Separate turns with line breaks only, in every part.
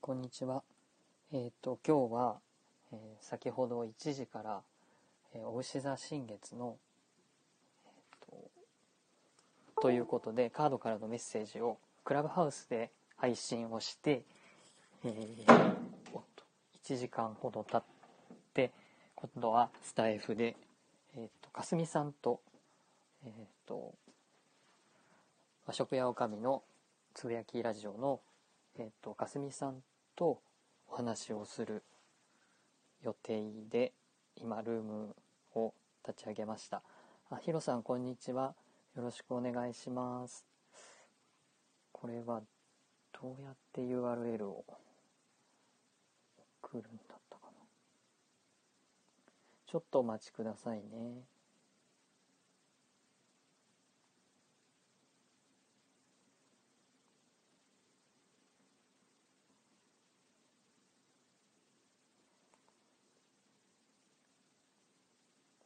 こんにちは。えっ、と、今日は、えー先ほど1時から、えー、お牛座新月の、えーと、ということで、カードからのメッセージを、クラブハウスで配信をして、えーおっと1時間ほど経って、今度はスタイフで、えーと、かすみさんと、えっ、と、和食屋おかみのつぶやきラジオの、えっとかすみさんとお話をする予定で今ルームを立ち上げましたあひろさんこんにちはよろしくお願いしますこれはどうやって URL を送るんだったかなちょっとお待ちくださいね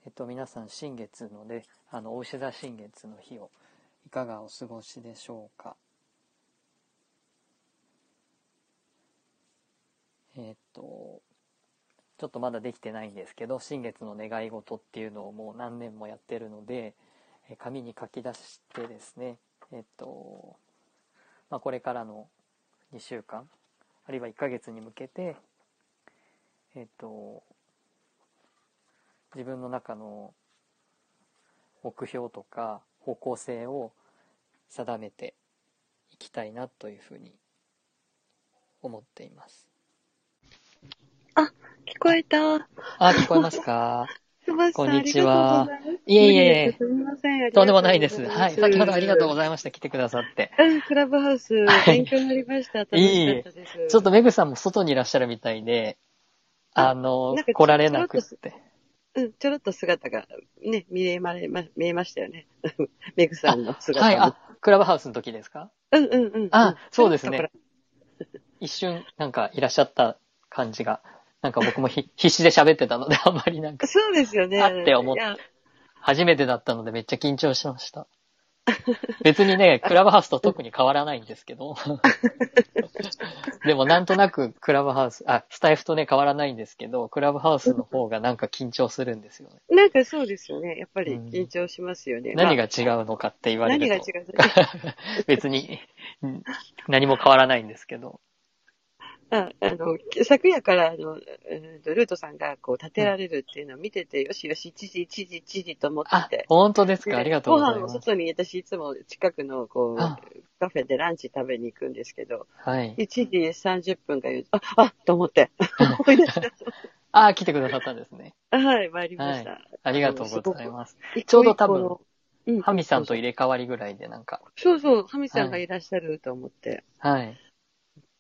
えっと、皆さん新月ので、あの、お牛座新月の日をいかがお過ごしでしょうか。えっと、ちょっとまだできてないんですけど、新月の願い事っていうのをもう何年もやってるので、え紙に書き出してですね、えっと、まあ、これからの2週間、あるいは1ヶ月に向けて、えっと、自分の中の目標とか方向性を定めていきたいなというふうに思っています。
聞こえた。
あ、聞こえます か
すません。
こんにちは
ありがとうござます
いえいえいえ
すみません。ありが
と
うん
でもないです。
ござ
はい。先ほどありがとうご
ま
ざいました。来てくださって。
す。うん、クラブハウス、
はい
勉強になりました。楽
い
し
えい
か
え
ったです。
ちょっと、メグさんも外にいらっしゃるみたいで、あの
なんか、
来られなくって。
うん、ちょろっと姿が、ね、見えまれま、見えましたよね。 メグさんの姿も。
はい、あ、クラブハウスの時ですか
うんうんうん。
あ、そうですね
ちょろっと。
一瞬、なんかいらっしゃった感じが、なんか僕もひ必死で喋ってたので、あんまりなん
こ
か
れ。そうですよね。
あって思っ
いや
初めてだったのでめっちゃ緊張しました。別に ね、クラブハウスと特に変わらないんですけ ど。でもなんとなくクラブハウス、あ、スタイフとね変わらないんですけど、クラブハウスの方がなんか緊張するんですよね。
なんかそうですよね。やっぱり
うん
緊張しますよね。
何が
ま
違うのかって言
あ
われ
何が違
る
う
と。 別にうん何も変わらないんですけど。
ああの、昨夜から、あの、うんとルートさんが、こう、立てられるっていうのを見てて、よしよし、知事、知事、知事と思って
あ
て、。
本当です
で
かありがとうござい
ご飯を
ます。
外に、私いつも近くの、こう
あ、
カフェでランチ食べに行くんですけど、
はい。
1時30分が言う、あ、あ、と思って、思い出した。
あ、来てくださったんですね。
はい、参りました。
ありがとうございます。
一個
ちょうど多分
一個の、うん
ハミさんと入れ替わりぐらいでなんか。
そうそう、ハミさんがいらっしゃると思って、
はい。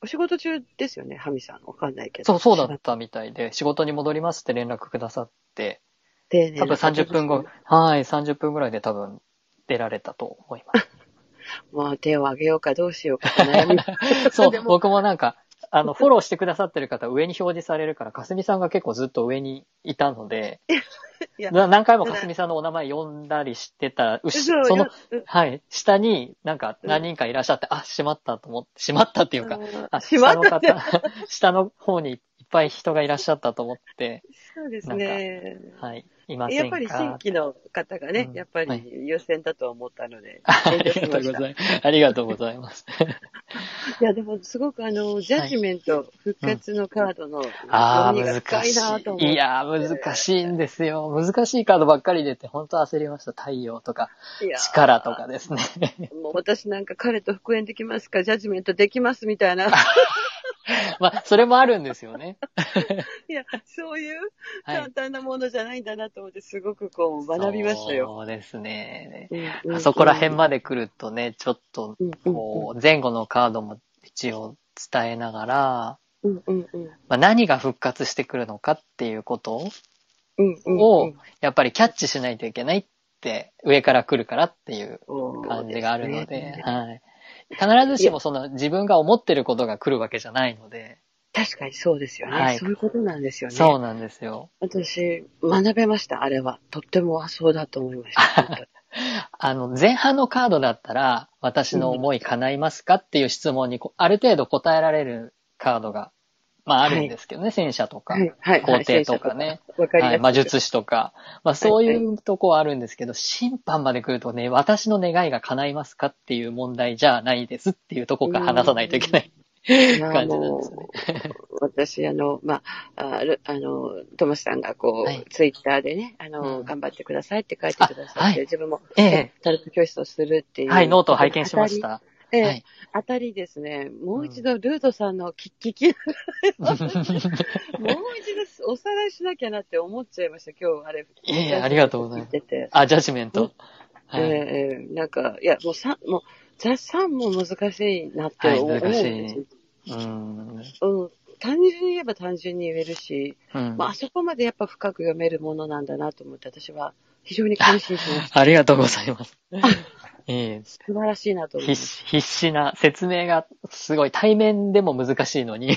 お仕事中ですよね、ハミさん。わかんないけど。
そう、そうだったみたいで、仕事に戻りますって連絡くださって、
丁寧な
多分30分後、はい、30分ぐらいで多分出られたと思いま
もう手を挙げようかどうしようかと悩み。
す。 そ
で
う、
も
僕もなんか、あの、フォローしてくださってる方上に表示されるから、かすみさんが結構ずっと上にいたので、
いや
な何回もかすみさんのお名前呼んだりしてた、うし
そう
その
よ、うん
はい、下になんか
うん
何人かいらっしゃって、あ、しまったと思って、しまったっていうか、
あ
あ、
ーしまったって
下の方、下の方にいっぱい人がいらっしゃったと思って、
そうですね。
はい、いませんか
やっぱり新規の方がね
う、ん
やっぱ
は
り優先だとは思ったので、
あ
遠慮
り
し
が
ま
とう
し
ご
た
ざいます。ありがとうございます。
いや、でもすごくあの、ジャッジメント、復活のカードの、
ああ、
読みが
難
深
し
いなと思っ
い。い
て。
やー、難しいんですよ。難しいカードばっかり出て、本当焦りました。太陽とか、
いや
力とか。ですね。
もう私なんか彼と復縁できますか、ジャッジメントできますみたいな。い
まあ、それもあるんですよ ね。
や、そう いう
はい
簡。単なものじゃないんだなと思って、すごくこう、学びましたよ。
そうですね。
うん
あそこら辺、まで来るとね、ちょっと、
うんうん
こう、前後のカードも一応伝えながら、
うんうんうん
まあ、何が復活してくるのかっていうことを、
うんうん
をやっぱりキャッチしないといけないって、上から来るからっていう
うん
感じがあるので、
そうすね
はい。必ずしもその自分が思ってることが来るわけじゃないので、
確かにそうですよね、
はい
そういうことなんですよね。
そうなんですよ。
私、学べました、あれは。とっても、あそうだと思いました。本
あの、前半のカードだったら、私の思い叶いますかっていう質問にこう、ある程度答えられるカードが、まああるんですけどね、戦車とか、
はい、はい。
皇帝とかね。
わかりや
は
す
い、
い。
魔術師とか、まあそう
はい
いうとこはあるんですけど、審判まで来るとね、私の願いが叶いますかっていう問題じゃないですっていうとこから話さないといけない。
いや
感じなんですよね
もう私、あの、まあ、あるあの、トムさんがこう、
はい
ツイッターでね、あの、
うん
頑張ってくださいって書いてくださって、
あはい
自分も、
ええ
タルト教室をするっていう。
はい、ノートを拝見しました。
当たり。ええ
はい
当たりですね、もう一度ルートさんの聞き、 聞き、 もう一度おさらいしなきゃなって思っちゃいました、今日、あれ。
いえいえ、 ありがとうございます。
聞てて。
あ、ジャッジメント。は
ええ
い。
ええなんか、いや、もうさもう、ザ・サンも難しいなって思うんです、
はい難しいうん。
うん。単純に言えば単純に言えるし、
うん
まあ、あそこまでやっぱ深く読めるものなんだなと思って、私は非常に感心し ました。
ありがとうござい ます。ええ
素晴らしいなと思い
必
ます。
死、必死な説明がすごい対面でも難しいのに、
い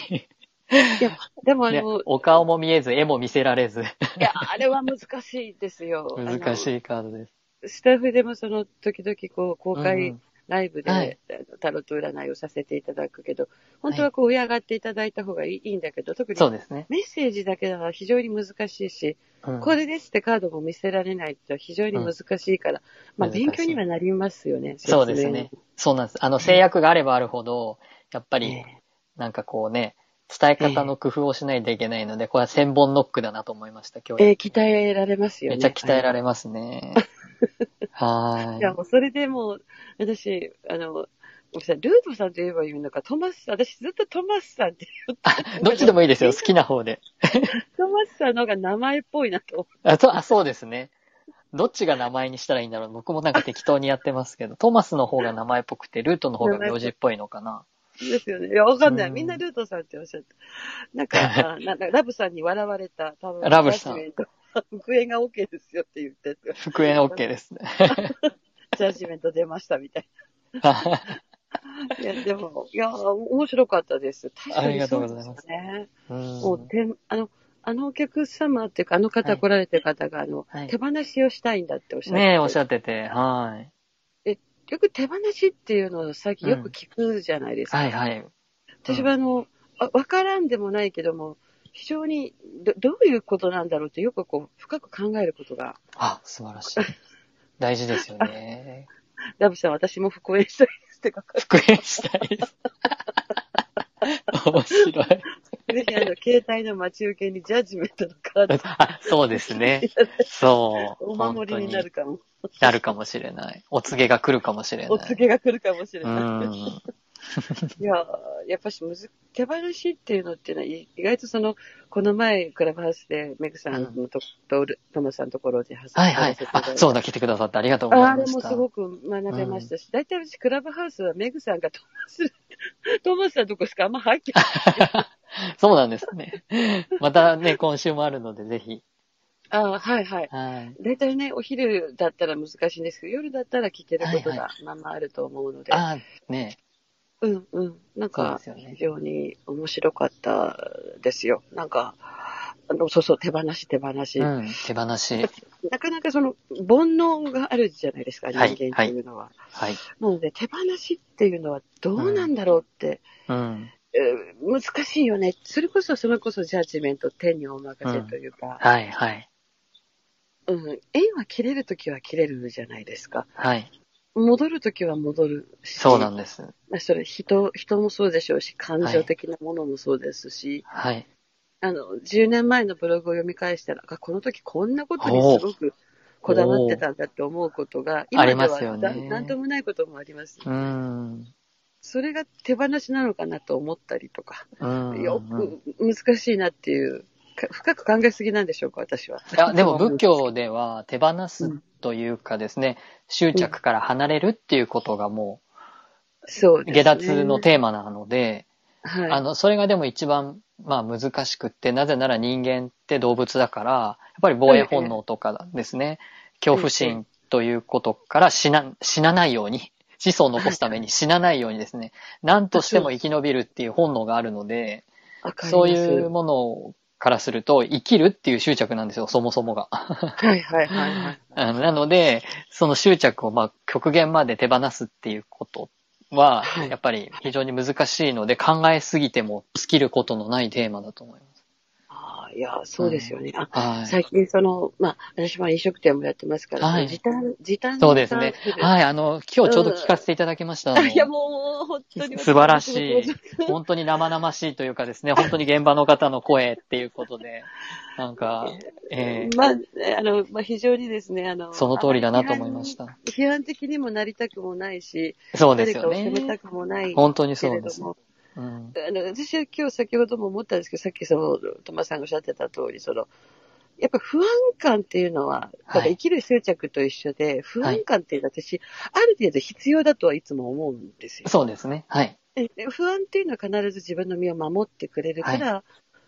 や、でもあ
ね
の、
お顔も見えず、絵も見せられず、
いや、あれは難しいですよ。
難し
い。
いカードです。
スタッフでもその、時々こう、公
うんう
開
ん
ライブで、
はい
あのタロット占いをさせていただくけど、本当はこう、上上がっていただいた方がいいいいんだけど、特に
そうですね。
メッセージだけでは非常に難しいし、
うん
これですってカードも見せられないと非常に難しいから、まあ、
難しい
勉強にはなりますよね、
そうです
説明
ね
の。。
そうなんです。あの、制約があればあるほど、やっぱり、
ね
なんかこうね、伝え方の工夫をしないといけないので、これは千本ノックだなと思いました、今
え
日。
ー鍛えられますよ
め
ね。
っちゃ鍛えられますね。はい
や、
ーい。
もうそれでもう、私、あの、さルートさんと言えばいいのか、トマスさん、私ずっとトマスさんって、
どっちでもいいですよ、好きな方で。
トマスさんの方が名前っぽいなと思
あとあ、そうですね。どっちが名前にしたらいいんだろう。僕もなんか適当にやってますけど、トマスの方が名前っぽくて、ルートの方が名字っぽいのかな。
うんですよね。いや、わかんな
う
い。
ん
みんなルートさんっておっしゃって。なんか、 あなんかラブさんに笑われた、多分
ラブさん
ジャッジメント。 復縁が OK ですよって言って、
復縁 OK ですね。
ジャッジメント出ましたみたいな。いや、でも、いや、面白かったです。確か
あり
に
がと
そうう
ご
で
ざい
す
ま
ね。
うん
もう、てんあの、あのお客様っていうか、あの方
はい
来られてる方が、あの、
はい
手放しをしたいんだっておっしゃってて。
ねえ、おっしゃってて、はい。
よく手放しっていうのを最近よく聞くじゃないですか。
はいはい。
私はあの、あわからんでもないけども、非常にどどういうことなんだろうってよくこう深く考えることが、
あ、素晴らしい。大事ですよね。
ラブさん私も復縁したいですって書か
復縁したいです。面白い。
れて、ぜひあの、携帯の待ち受けにジャッジメントのカー ド
あ、そうですね。そう。
お守りにな
本
るかも。
当になるかもしれない。お告げが来るかもしれない。
お告げが来るかもしれ
う
ない。
ん。
いやー、やっぱしむず、手放しっていうのっていうのは、い意外とその、この前、クラブハウスで、メグさんのと、とトムさんのところで話
はいはい
話せて。た
あ
だい、て
そうだ、来てくださってありがとうござ
あ
い
れ
まし
も
た。
すごく学べましたし、大体私、クラブハウスはメグさんがトマス、トマスさんのとこしかあんま入ってない。
そうなんですね。またね、今週もあるので、ぜひ。
あはいはい。
はい。
大体ね、お昼だったら難しいんですけど、夜だったら聞けること
はいは
がまあまああると思うので、
あね、
うんうん。な
そう
んか
です、よね
非。常に面白かったですよ。なんか、あの、そうそう、手放し手放し。
うん、手放し。
なかなかその、煩悩があるじゃないですか、人間
い
っていうのは。
はい。
なので、手放しっていうのはどうなんだろうって、
うん。
えー難しいよね。それこそ、それこそジャッジメント、天にお任せというか、
はい、はい。
うん、縁は切れるときは切れるじゃないですか。
はい。
戻るときは戻るし、
そうなんです。
まあそれ人、人もそうでしょうし、感情的なものもそうですし、
はい。
あの、10年前のブログを読み返したら、あこの時こんなことにすごくこだわってたんだって思うことが、
おーあり
で
ますよ
は
ね
ななんともないこともあります。
うん。
それが手放しなのかなと思ったりとか、
うん。
よく難しいなっていう、か深く考えすぎなんでしょうか、私は。
いや、でも仏教では手放すというかですね、執着から離れるっていうことがも
そう
う、
ですね。
下脱のテーマなので、
はい、
あの、それがでも一番、まあ難しくって、なぜなら人間って動物だから、やっぱり防衛本能とかですね、恐怖心ということから死な、死なないように、子孫を残すために死なないようにですね、何としても生き延びるっていう本能があるので、
わかります
そういうものからすると、生きるっていう執着なんですよ、そもそもが。
はいはいはいはい。
あのなので、その執着をまあ極限まで手放すっていうことは
は、い
やっぱり非常に難しいので、考えすぎても尽きることのないテーマだと思います。
ああ、いや、そうですよね。あ
はい。
最近、その、まあ、私も飲食店もやってますから、
はい
時短、時短に
そうですね
関す。る
はい、あの、今日ちょうど聞かせていただきました。あの
いや、もう、本当に。
素晴らし い。本当に生々しいというかですね、本当に現場の方の声っていうことで、なんか、えー
まあ、ねあの、まあ、非常にですね、あの、
その通りだなと思いました。
あ。批判的にもなりたくもないし、
そうですよ
誰かを責め
ね。
たくもない
本当に
け
そう
れ
で
ど
す。
も、
うん、
あの、私は今日先ほども思ったんですけど、さっきその、トマさんがおっしゃってた通り、その、やっぱ不安感っていうのは、
はい
だから生きる執着と一緒で、不安感っていうのは私、ある程度必要だとはいつも思うんですよ。
そうですね。はい。
でで不安っていうのは必ず自分の身を守ってくれるから、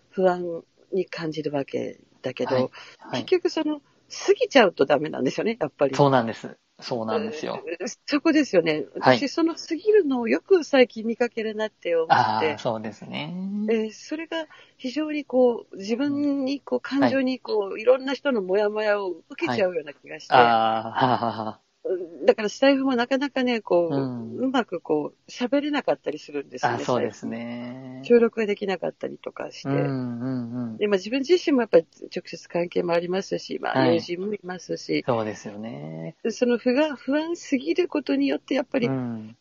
不安に感じるわけだけど、
はいはい。
結局その、過ぎちゃうとダメなんですよね、やっぱり。
そうなんです。そうなんですよ。
うん。そこですよね。
はい
私、その過ぎるのをよく最近見かけるなって思っ
あ
て
あ、、そうですね。
えーそれが非常にこう、自分にこう、感情にこう、いろんな人のモヤモヤを受けちゃうような気がして、
ああ、はあはあは
うんだからスタイフもなかなかね、こう、
う
うんまくこう、喋れなかったりするんです
あ。
よ
あ
ね。
そうですね
最近。収録ができなかったりとかして。
うんうんうん。
でまあ自分自身もやっぱり直接関係もありますし、まあ
はい
友人もいますし、
そうですよね。
その不安、不安すぎることによってやっぱり、
う
うん、
ん。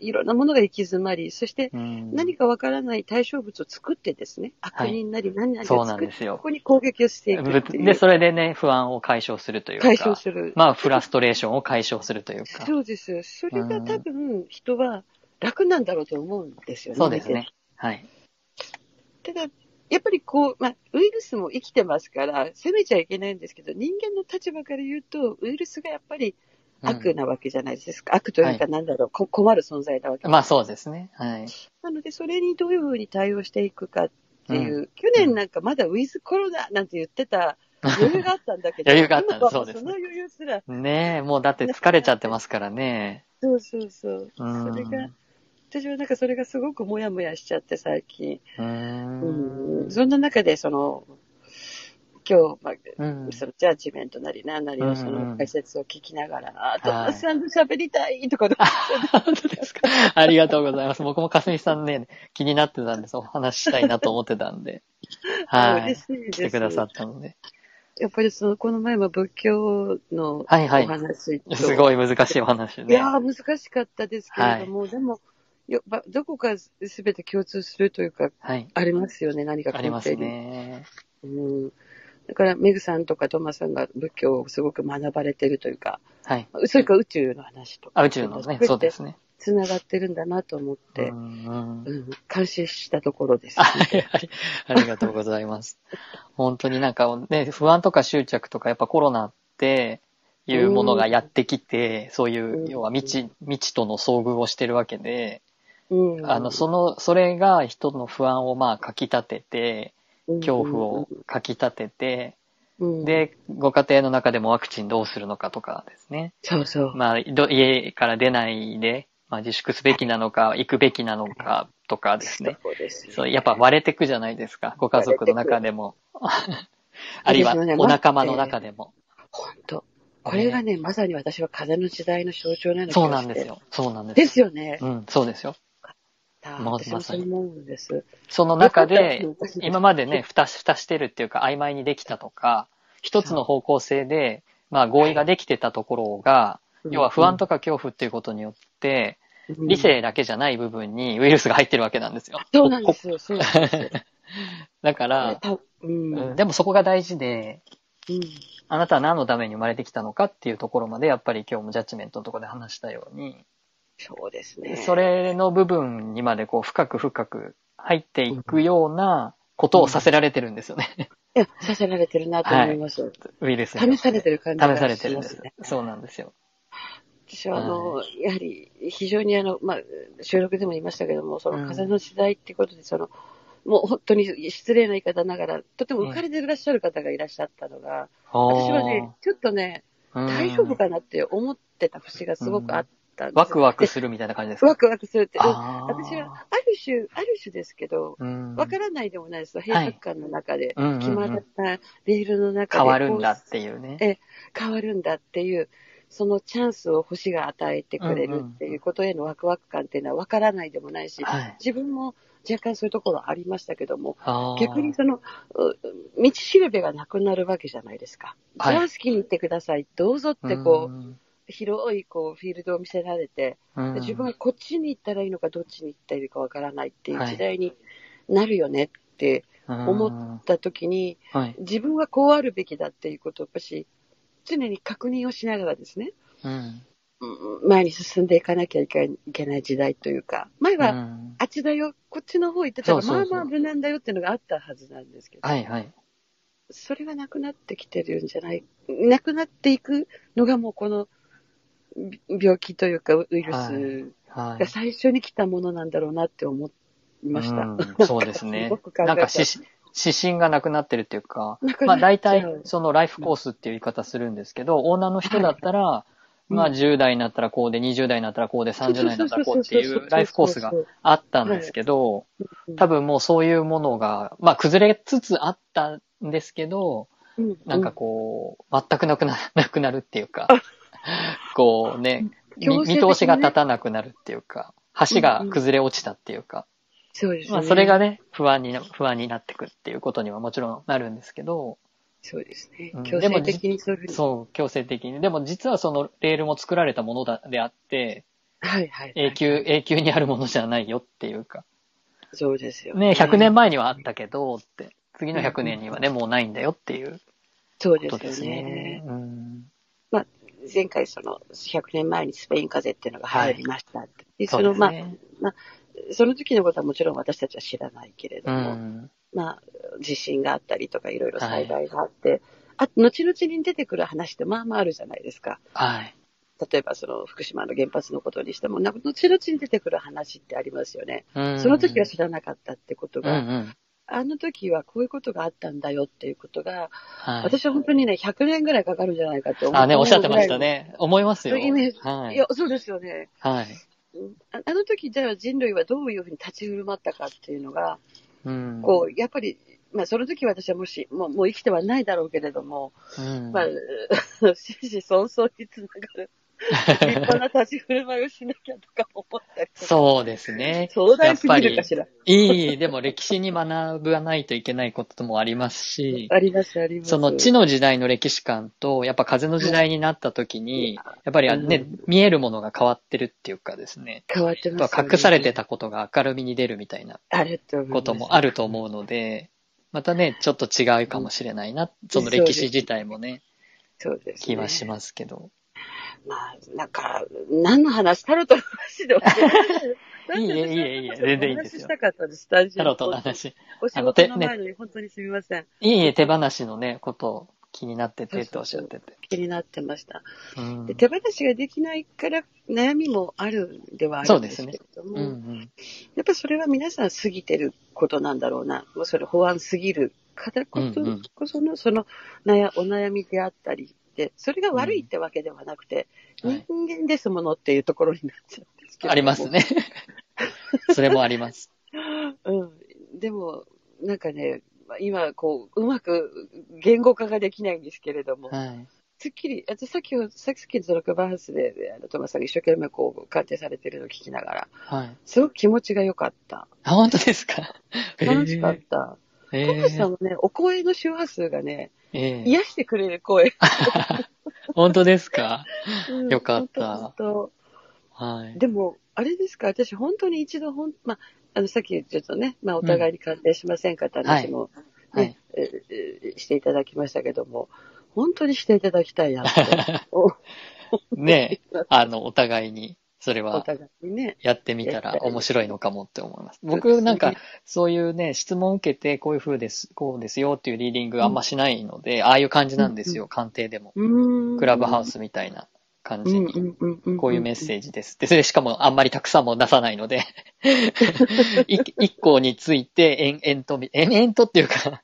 いろんなものが行き詰まり、そして
うん
何かわからない対象物を作ってですね、
はい
悪人なり何々
そ
を
うなん
作っ
で
て、
すよ
こ。こに攻撃をしていくってい
で、
う、
それでね、不安を解消するというか。
解消する。
まあ、フラストレーションを解消するというか。
そうです。それが多分人は楽なんだろうと思うんですよね。
そうですね。はい。
見てて。ただ、やっぱりこう、まあ、ウイルスも生きてますから、責めちゃいけないんですけど、人間の立場から言うと、ウイルスがやっぱり
うん
悪なわけじゃないですか。悪というか、なんだろう、こ困る存在なわけ。
まあ、そうですね。はい。
なので、それにどういうふうに対応していくかっていう、
う
去年なんかまだウィズコロナなんて言ってた余裕があったんだけど、
余裕があった
今は
そうですね
その余裕すら、
ねえ、もうだって疲れちゃってますからね。
そうそうそう。
うん。
それが、私はなんかそれがすごくモヤモヤしちゃって最近。
うーん。
うんそんな中で、その、今日、まあ、
うん。
そのジャッジメントなりなんなり
うんう
の
ん
その解説を聞きながら、あー、ト
はい
マスさんと喋りたいとか、
本当ですか。ありがとうございます。僕もかすみさんね、気になってたんです。お話ししたいなと思ってたんで。は
嬉
い
し。いです。
来てくださったので。
やっぱりその、この前も仏教のお
はいはい。
話と、
すごい難しいお話
い
ね。
やー、難しかったですけれども、でも、やっぱどこかすべて共通するというか、
はい。
ありますよね、何か
あり
根
ます
底に。
ね。
うん。だから、メグさんとかトマさんが仏教をすごく学ばれてるというか、
はい。
それから宇宙の話とか。
あ、宇宙のね、そうですね。
つながってるんだなと思って
う、んうん
うん、感心したところです。
はいはい。ありがとうございます。本当になんかね、不安とか執着とか、やっぱコロナっていうものがやってきて、そういうう、
ん
要は未知、未知との遭遇をしてるわけで、
うん
あの、その、それが人の不安をまあ、かき立てて、恐怖をかき立てて、
うん、
で、ご家庭の中でもワクチンどうするのかとかですね。
そうそう。
まあ、ど家から出ないで、まあ、自粛すべきなのか、行くべきなのかとかですね。
そうですね
そう、やっぱ割れてくじゃないですか。ご家族の中でも。あるいは
私もね、
お仲間の中でも。
本当。これがね、まさに私は風の時代の象徴なの
そうなんです。よ。そうなんで。
ですすよね。
うん、そうですよ。ま
私もそう思うんです。
その中で
よ、かった、
今までね、蓋し、蓋してるっていうか、曖昧にできたとか、一つの方向性で、まあ合意ができてたところが、要は不安とか恐怖っていうことによって、
うん
理、性だけじゃない部分にウイルスが入ってるわけなんですよ。
そうなんで
こ
すよ。そうなんですよ。
だから、
たうん。う
うん
ん
でもそこが大事で、あなたは何のために生まれてきたのかっていうところまで、やっぱり今日もジャッジメントのところで話したように、
そうですね。
それの部分にまでこう深く深く入っていくようなことをさせられてるんですよね。
いや、させられてるなと思います。
ウイルスによって
試されてる感じが
試
します
さ
ね。
れてるんです。そうなんですよ。
私は、あの、やはり、非常にあの、まあ、収録でも言いましたけども、そ
うん
の風の時代ってことで、その、もう本当に失礼な言い方ながら、とても浮かれていらっしゃる方がいらっしゃったのが、私はね、ちょっとね、
あー、うん
大丈夫かなって思ってた節がすごくあったんですよ
ワクワク
です
るみたいな感じです
ワ
か
クワクするって。うん
あー
私は、ある種、ある種ですけど、
うん
わからないでもないです。閉塞感の中で、
うんうんうん
決まったレールの中で
変わるんだっていうね。
え変わるんだっていう、そのチャンスを星が与えてくれ
うんう
る
ん
っていうことへのワクワク感っていうのは分からないでもないし、
はい。
自分も若干そういうところありましたけども、
あー
逆にその、う道しるべがなくなるわけじゃないですか。
はい
じゃあ好きに行ってください。どうぞってこう、広いこうフィールドを見せられて、
うん、うん
自分はこっちに行ったらいいのか、どっちに行ったらいいのかわからないってい
は
う
い
時代になるよねって思
うん
った時に、
はい。
自分はこうあるべきだっていうことを、やっぱし、常に確認をしながらですね、
うん。
うん前に進んでいかなきゃいけいけない時代というか、前は、
うん
あっちだよ、こっちの方行ってたら、
そうそうそう
まあまあ無難だよっていうのがあったはずなんですけど、
はいはい。
それがなくなってきてるんじゃない、なくなっていくのがもうこのび病気というかウイルス
は
が
い。
最初に来たものなんだろうなって思いました。
うんそうですね
すごく考え
な
た
んか指針指針がなくなってるっていうか、
なく
ま
な
あ
っちゃ
大
う
体そのライフコースっていう言い方するんですけど、女の人だったら、
うん
まあ10代になったらこうで、20代になったらこうで、30代になったらこうっていうライフコースが
そうそう
あったんですけど、
そう
多、分もうそういうものが、まあ崩れつつあったんですけど、
うう
なんかこう、全くなくななくなるっていうか、 こうね、み
強制的
見
にね
通しが立たなくなるっていうか、橋が崩れ落ちたっていうか、
そうですね。
まあそれがね、不安にな、不安になってくっていうことにはもちろんなるんですけど、
そうですね
うん。
強制的にそういうふうに。
そう、強制的に。でも実はそのレールも作られたものだであって、
はいはい。
永久、永久にあるものじゃないよっていうか、
そうですよ。
ね、100年前にはあったけど、って、次の100年にはね、もうないんだよっていう
そう
こと
で
ですす
よ
ね
ね。。
うん
前回その100年前にスペイン風邪っていうのが流行りましたって。で
そ
そう
で
の
す
まあ、
ね。
その時のことはもちろん私たちは知らないけれど
う
も、
ん。
まあ、地震があったりとかいろいろ
はい
災害があって、あ後々に出てくる話ってまあまああるじゃないですか。
はい。
例えばその福島の原発のことにしても、なんか後々に出てくる話ってありますよね。
うん
その時は知らなかったってこと
うんう
が、
ん。
あの時はこういうことがあったんだよっていうことが、
はい。
私は本当にね、100年ぐらいかかるんじゃないかって思う
あ、ね、おっしゃってました。ね。思いますよ。
そういうイメージ
はいい
や。、そうですよね。
はい。
うんああの時、じゃあ人類はどういうふうに立ち振る舞ったかっていうのが、
うん。
こう、やっぱり、まあ、その時私はもし、もう、もう生きてはないだろうけれども、
うん。
まあ、終始早々につながる、立派な立ち振る舞いをしなきゃとか思ったりと か。
そうですね。
壮大すぎるかしら。
いい、でも歴史に学ばないといけないこともありますし、
あります、あります。
その地の時代の歴史観と、やっぱ風の時代になった時に、やっぱりあね、
うん
見えるものが変わってるっていうかですね、
変わって
あ
ま
と
す、
は隠されてたことが明るみに出るみたいな
あると思います
こともあると思うので、またね、ちょっと違うかもしれないな、その歴史自体もね、
そうです、ね。
気はしますけど。
まあ、なんか、何の話タロットの話で終
いいえ
わる
いいえいいえ全然いいですよ
お話ししたかったです、スタジオ。
タロットの。話。
お仕
あの
事
て
の前に、本当にすみません。
いえいえ、手放しのね、こと気になっててっておっしゃってて。
気になってました。
うん
で手放しができないから悩みもあるんではあるんですけれども、
うんうん
やっぱりそれは皆さん過ぎてることなんだろうな、もうそれ法案過ぎるからこそ
うんうん
こその、その悩お悩みであったりで、それが悪いってわけではなくて、
はい
人間ですものっていうところになっちゃうんですけれども
あります。 ね。それもあります。
うん、でも、なんかね、まあ今、こう、うまく言語化ができないんですけれども、
はい。
すっきり、あとさっき、さっきのクバーハウスで、あのトマさんが一生懸命こう、鑑定されてるのを聞きながら、
はい。
すごく気持ちが良かった。
あ、本当ですか。
楽しかった。
え
トマさん
ー
もね、お声の周波数がね、
えー
癒してくれる声。
本当ですか。
うん
よかった
ほんとほん
はい
と。でも、あれですか、私本当に一度、ほん、まあ、あの、さっきちょっとね、まあ、お互いに鑑定しませんかって話も、
は
ね
い。
えーえーしていただきましたけども、本当にしていただきたいな って。お
ねえあの、お互いに、それ
お
は
互いにね。
やってみたら面白いのかもって思います。僕なんか、そういうね、質問を受けて、こういう風です、こうですよっていうリーディングあんましないので、ああいう感じなんですよ、鑑定でも。
うん、
クラブハウスみたいな感じに。
に
こういうメッセージです。で、それしかもあんまりたくさんも出さない ので、い一個について延々とみ、延々とっていうか、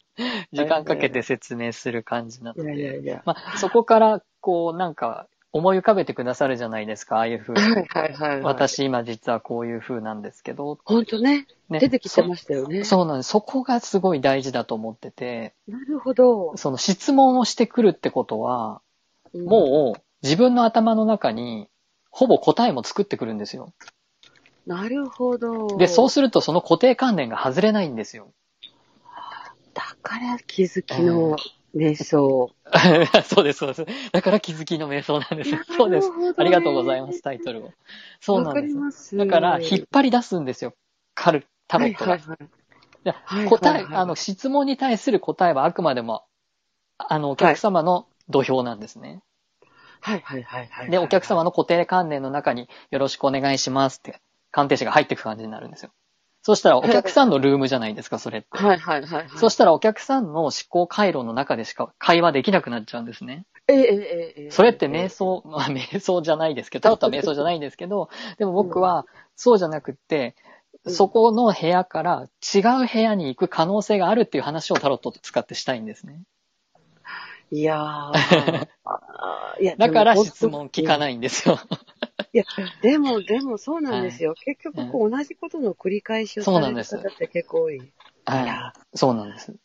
時間かけて説明する感じなの
いやいや
で、
いや。
まあ、そこから、こう、なんか、思い浮かべてくださるじゃないですか、ああいうふう
は
に
い。はいはい、はい。。
私今実はこういうふうなんですけど、
本当ね、
ね
出てきてましたよね。
そそうなんです。そこがすごい大事だと思ってて、
なるほど。
その質問をしてくるってことは、
うん
もう自分の頭の中に、ほぼ答えも作ってくるんですよ。
なるほど。
で、そうするとその固定観念が外れないんですよ。
だから気づきの瞑想。
そうです、そうです。だから気づきの瞑想なんです。 そうです。ありがとうございます、タイトルを。そうなんです。
す
だから、引っ張り出すんですよ。カル、タロットが。
はいはいはい
や
はいはいはい
答え、あの、質問に対する答えはあくまでも、あの、お客様の土俵なんですね。
いはいはいはい。
で、お客様の固定観念の中に、よろしくお願いしますって、鑑定士が入っていく感じになるんですよ。そしたら、お客さんのルームじゃないですか、それって。
はいはいはいはい。
そしたら、お客さんの思考回路の中でしか会話できなくなっちゃうんですね。
ええええええ
それって瞑想、まあ、瞑想じゃないです けど、タロットは瞑想じゃないんですけど、でも僕は、そうじゃなくって、
うん
そこの部屋から違う部屋に行く可能性があるっていう話をタロットを使ってしたいんですね。
いやーあーいや
だから質問聞か
い。
ないんですよ。
いや、でも、でもそうなんですよ。結局、こう同じことの繰り返しをさ
そうな
れ
んで
る
す
方って結構多い。い
はい。
や
そうなんです。
ー、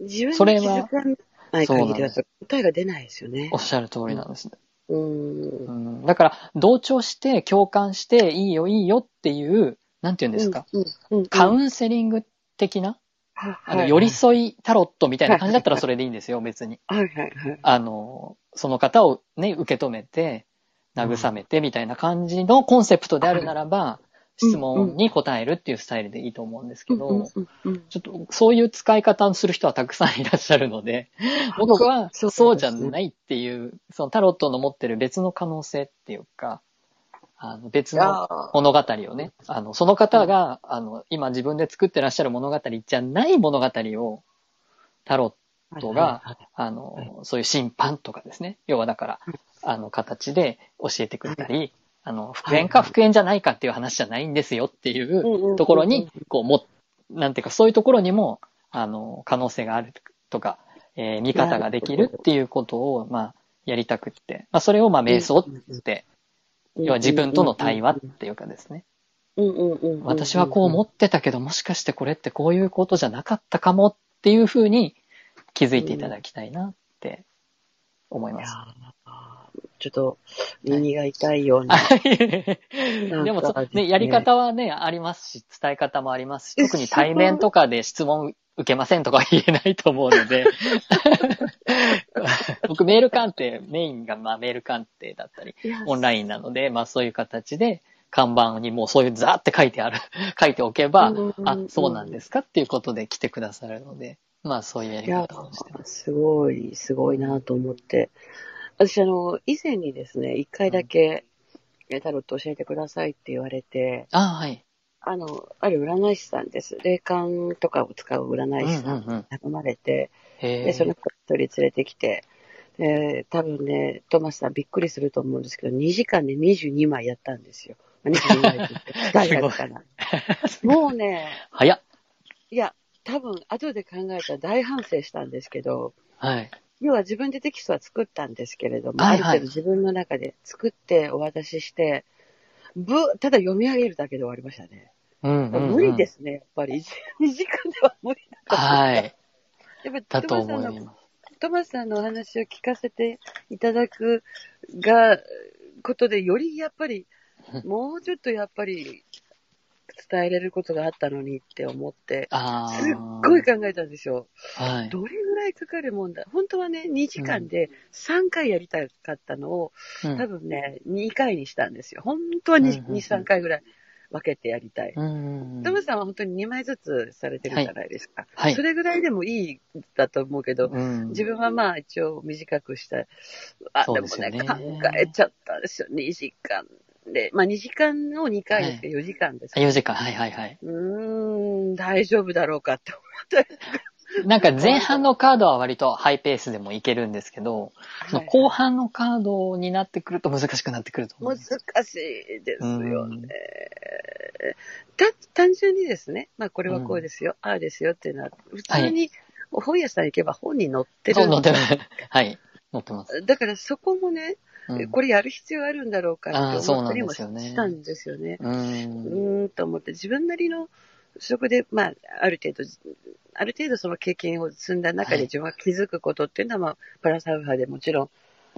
自分
それ
に
は
気づかない限りだ
そ
と答えが出ないですよね
お。っしゃる通りなんです。
うー。
うんん、だから、同調して共感して、いいよいいよっていう、なんて言うんですか、
うん。うん。
カウンセリング的な、あ
あ
の、寄り
い。
添いタロットみたいな感じだったらそれでいいんですよ、別に。
はいはいはい。
あの、その方をね、受け止めて、慰めてみたいな感じのコンセプトであるならば、
うん
質問に答えるっていうスタイルでいいと思うんですけど、
うんうんうんうん
ちょっとそういう使い方をする人はたくさんいらっしゃるの で、僕は
そう
そうじゃないっていう、そのタロットの持ってる別の可能性っていうか、あの別
いや
の
ー
物語をね、あの、その方が、あの、今自分で作ってらっしゃる物語じゃない物語を、タロットことがあの、
はい
そういう審判とかですね。要はだから、あの、形で教えてくれたり、あの、復縁か
はい
復縁じゃないかっていう話じゃないんですよってい
うんうんうんう
うんところに、こう、も、なんていうか、そういうところにも、あの、可能性があるとか、えー見方ができるっていうことを、まあ、やりたくって。まあ、それを、まあ、瞑想って、要は自分との対話っていうかですね。
うんうんうんうん。
私はこう思ってたけど、もしかしてこれってこういうことじゃなかったかもっていうふうに気づいていただきたいなって思い
い
ま
や
す。
ーちょっと、耳が痛いような。
はいでもそ
なんか、
ね、やり方はね、ありますし、伝え方もありますし、
え
特に対面とかで質問受けませんとか言えないと思うので、 僕メール鑑定、メインがまあメール鑑定だったり、オンラ
イ。
インなので、まあそういう形で、看板にもうそういうザーって書いてある、書いておけば、あ、そうなんですすかっていうことで来てくださるので、まあそういうやり
いや
方をしてます。
すごい、すごいなと思って。私、あの、以前にですね、一回だけ、えタロット教えてくださいって言われて、
あはい。
あの、ある占い師さんです。霊感とかを使う
う
占
ん
いう師さんに
んうん。
頼まれて、
へ
で、その
え。
子一人連れてきて、で、多分ね、トマスさんびっくりすると思うんですけど、2時間で22枚やったんですよ。まあ22枚って 言って、機械だから。もうね、
早っ。
いや、多分、後で考えたら大反省したんですけど、
はい。
要は自分でテキストは作ったんですけれども、
はい
ある
はい
程度自分の中で作ってお渡しして、ぶ、ただ読み上げるだけで終わりましたね。
うんうん、うん。。
無理ですすね、やっぱり。2時 間では無理だった。
はい。
やっ
だ
ぱり
と
トマ
思
さん
い
の、
ます。
トマさんのお話を聞かせていただくが、ことで、よりやっ ぱり、もうちょっとやっぱり、伝えれることがあったのにって思って、
ああ。
すっごい。考えたんですよ。
はい。
どれぐらいかかるもんだ本当はね、2時間で3回やりたかったのを、
うん
多分ね、2回にしたんですよ。本当は 2,、
うんうんうん
3回ぐらい分けてやりたい。
うん
トムさんは本当に2枚ずつされてるじゃないですか。
はい
それぐらいでもいいだと思うけど、
うん。
自分はまあ一応短くしたい。あ、
そう
で
で
も
すよ
ね
ね
考えちゃったんですよ。2時間で。まあ2時間を2回ですけど、4時間ですから
4時間。はいはいはい。
うーん、大丈夫だろうかって思って。
なんか前半のカードは割とハイペースでもいけるんですけど、その後半のカードになってくると難しくなってくると思う
難
んです。
しいですよね。た単純にですね、まあこれはこうですよ、ああですよっていうのは、普通に本屋さん行けば本に載ってる。
そう乗ってます。はい。乗ってます。
だからそこもね、
うん
これやる必要あるんだろうか
あー
って
そうな
思った
ん
り
で
も
すよね
したんですよね。
う。
うんーんと思って、自分なりの、そこで、まあ、ある程度、ある程度その経験を積んだ中
はい
で自分が気づくことっていうのは、まあ、パラサウファーでもちろん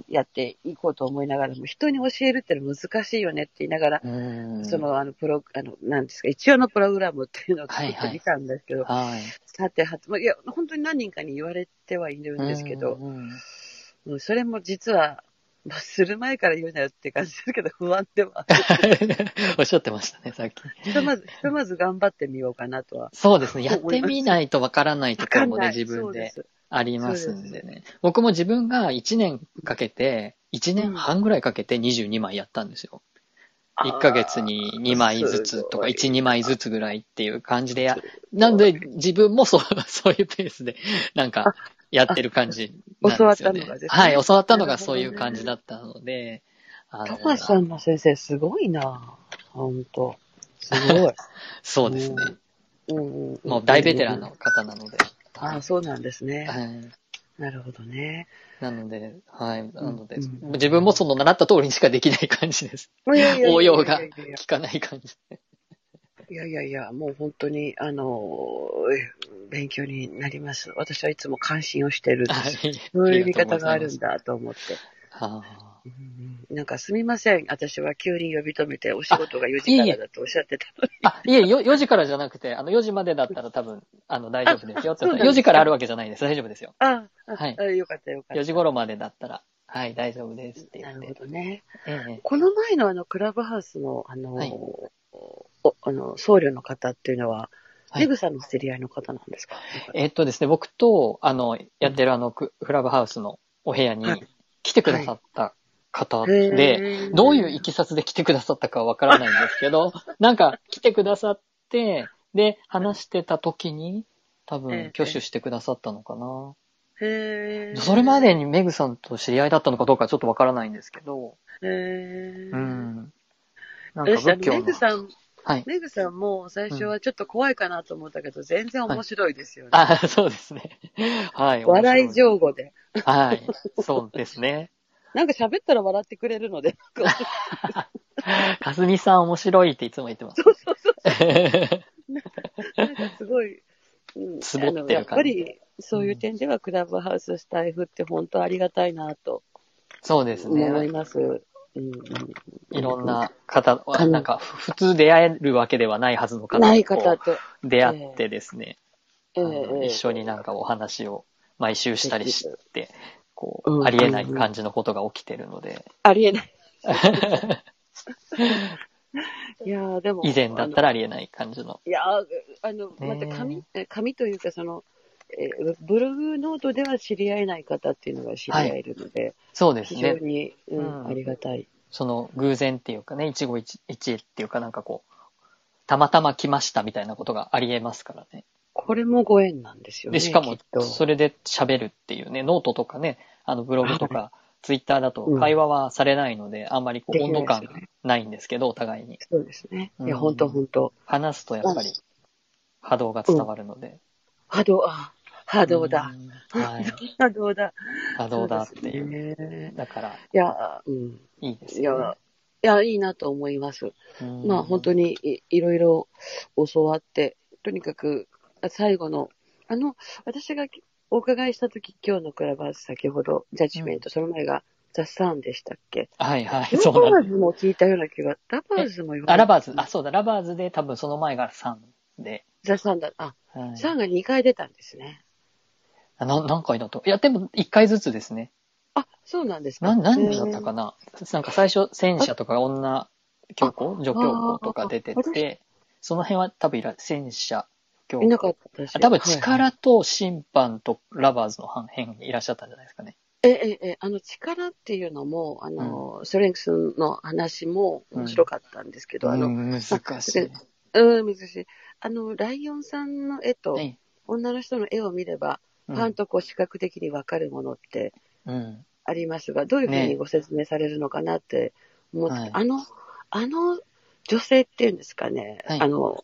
やっていこうと思いながらも、人に教えるってのは難しいよねって言いながら、
うん。
そ、の、あの、プロ、あの、なんですか、一応のプログラムっていうのを作っ
はいはい
てみたんですけど、
はい。
さてはつ、まあいや、本当に何人かに言われてはいるんですけど、
うんうん
うんそれも実は、まあ、する前から言うなよって感じですけど、不安で は。
おっしゃってましたね、さっき。
ひとまず、ひとまず頑張ってみようかなとは。
そうですね。やっ
そ う思い
て
ます
みないとわからないと
わ
こ
か
ろ
ん
も
な
ね、
い。
自分で
そうす。
ありますんでね。僕も自分が1年かけて、1年半ぐらいかけて22枚やったんですよ。1ヶ月に2枚ずつとか、
あーす
1、2枚ずつぐらいっていう感じでや
す、
なんで自分もそう、 そういうペースで、なんか、やってる感じなんですよ、ね。
あ教わったのがですね
はい、教わったのがそういう
な
感
るほどね
じだったので、あの
ごい。高橋さんの先生、すごいな本当すごい。
そうですね。
うんん
もう大ベテランの。方なので。
ああ、そうなんですね。
はい
なるほどね。
なので、はい、なので、
うん
自分もその習った通りにしかできない感じです。
いやいやいやいや
応用が
いやいや
聞かない感じ。
いやいやいや、もう本当に、あの、勉強になります。私はいつも関心をしてるんで
は
す。
い。
そういう見方があるん
だ。
だと思って。
はあ、
なんかすみません。私は急に呼び止めてお仕事が4時からだとおっしゃってたのに。
あ、いえ、よ4時からじゃなくて、あの、4時までだったら多分、あの、大丈夫ですよって
あそうなんですか
4時からあるわけじゃないです。大丈夫ですよ。
ああ、
はい
あよかったよかった。
4時頃までだったら、はい、大丈夫ですって言
な
っ
る
て。
ほどね。
ええ
この前のあの、クラブハウスの、あの、
はい
おあの僧侶の方っていうのは、
はい
ネグさんの知り合いの方なんですか、
えっとですね、僕と、あの、やってるあの、ククラブハウスのお部屋に
はい
来てくださった方
へー
で、どういういきさつで来てくださったかはわからないんですけ ど、なんか来てくださって、で、話してた時に、多
ええ
分挙手してくださったのかな。
へー
それまでにメグさんと知り合いだったのかどうかちょっとわからないんですけど、
へー
うん。なんか
私、
仏教
メ
の
グ。さん、
はい。
メグさんも最初はちょっと怖いかなと思ったけど、全然面白いですよね。
あ、そうですね。はい。
笑い上手で。
手。はい。そうですね。
なんか喋ったら笑ってくれるので、 なんか
かすみさん面白いっていつも言ってます。
なんかすごい、うん
つぼってる感じ
あのやっぱり、そういう点ではクラブハウススタイフって本当ありがたいなと
そうですね。
思います。うん
いろん。な方、
うん
なんかふ普通出会えるわけではないはずの方と
ない方と、
出会ってですね、
ええ
あの
ええ
一緒になんかお話を毎週したりして、こ
うんうんう
う、
ん
ありえない感じのことが起きてるので、
ありえない。いやーでも。
以前だったらありえない感じの。
いやーあの、また紙、紙というか、その、えーブログノートでは知り合えない方っていうのが知り合えるので、
そうです
非常
ね。
に、う
う
ん
ん
ありがたい。
その偶然っていうかね、一期一会っていうかなんかこう、たまたま来ましたみたいなことがありえますからね。
これもご縁なんですよね。
で、しかも
きっ、と
それで喋るっていうね、ノートとかね、あのブログと
は
か、ツイッターだと
うん
会話はされないので、あんまりこ
で
う
き
温
な
度
いですよね
感がないんですけど、お互いに。
そうですね。いや、
うん
本当本当
話すとやっぱり波動が伝わるので。
波動、あ、波動だ。
うん。 はい。
波動だ。
波動だっていう。
そうですね
だから、
いや、うん。
いいです
いや、
よ、
いや、いいなと思います。
ね。うん
まあ、本当にいいろいろ教わって、とにかく、最後の、あの、私がお伺いしたとき、今日のクラブハウス先ほど、ジャッジメント、その前が、ザ・サンでしたっけ
はいはい。
ラ
そ
バ
うなん
ー
です。
ズも聞いたような気が、ラバーズも言わ
あ、ラ
ない
バーズ。あ、そうだ、ラバーズで多分その前が3で。
ザ・サンだ。あ、
はい、
サンが2回出たんですね。
あな何回だといや、でも1回ずつですね。
あ、そうなんですか。
な何人だったかな、なんか最初戦車とか女教皇女教皇とか出ててその辺は多分いら戦車教
えーいな
皇
かったし
あ多分
はい
力と審判とラバーズの辺にいらっしゃったんじゃないですかね。
ええええあの力っていうのも、あの、ストレングスの話も面白かったんですけど、あ
う
の、
ん難しい。
うん、難しい。あの、ライオンさんの絵と、
はい
女の人の絵を見れば、
う
パン
ん
とこう視覚的にわかるものって
うん
ありますが、どういうふうに
ね
ご説明されるのかなって思って、
はい
あの、あの女性っていうんですかね、
はい
あの、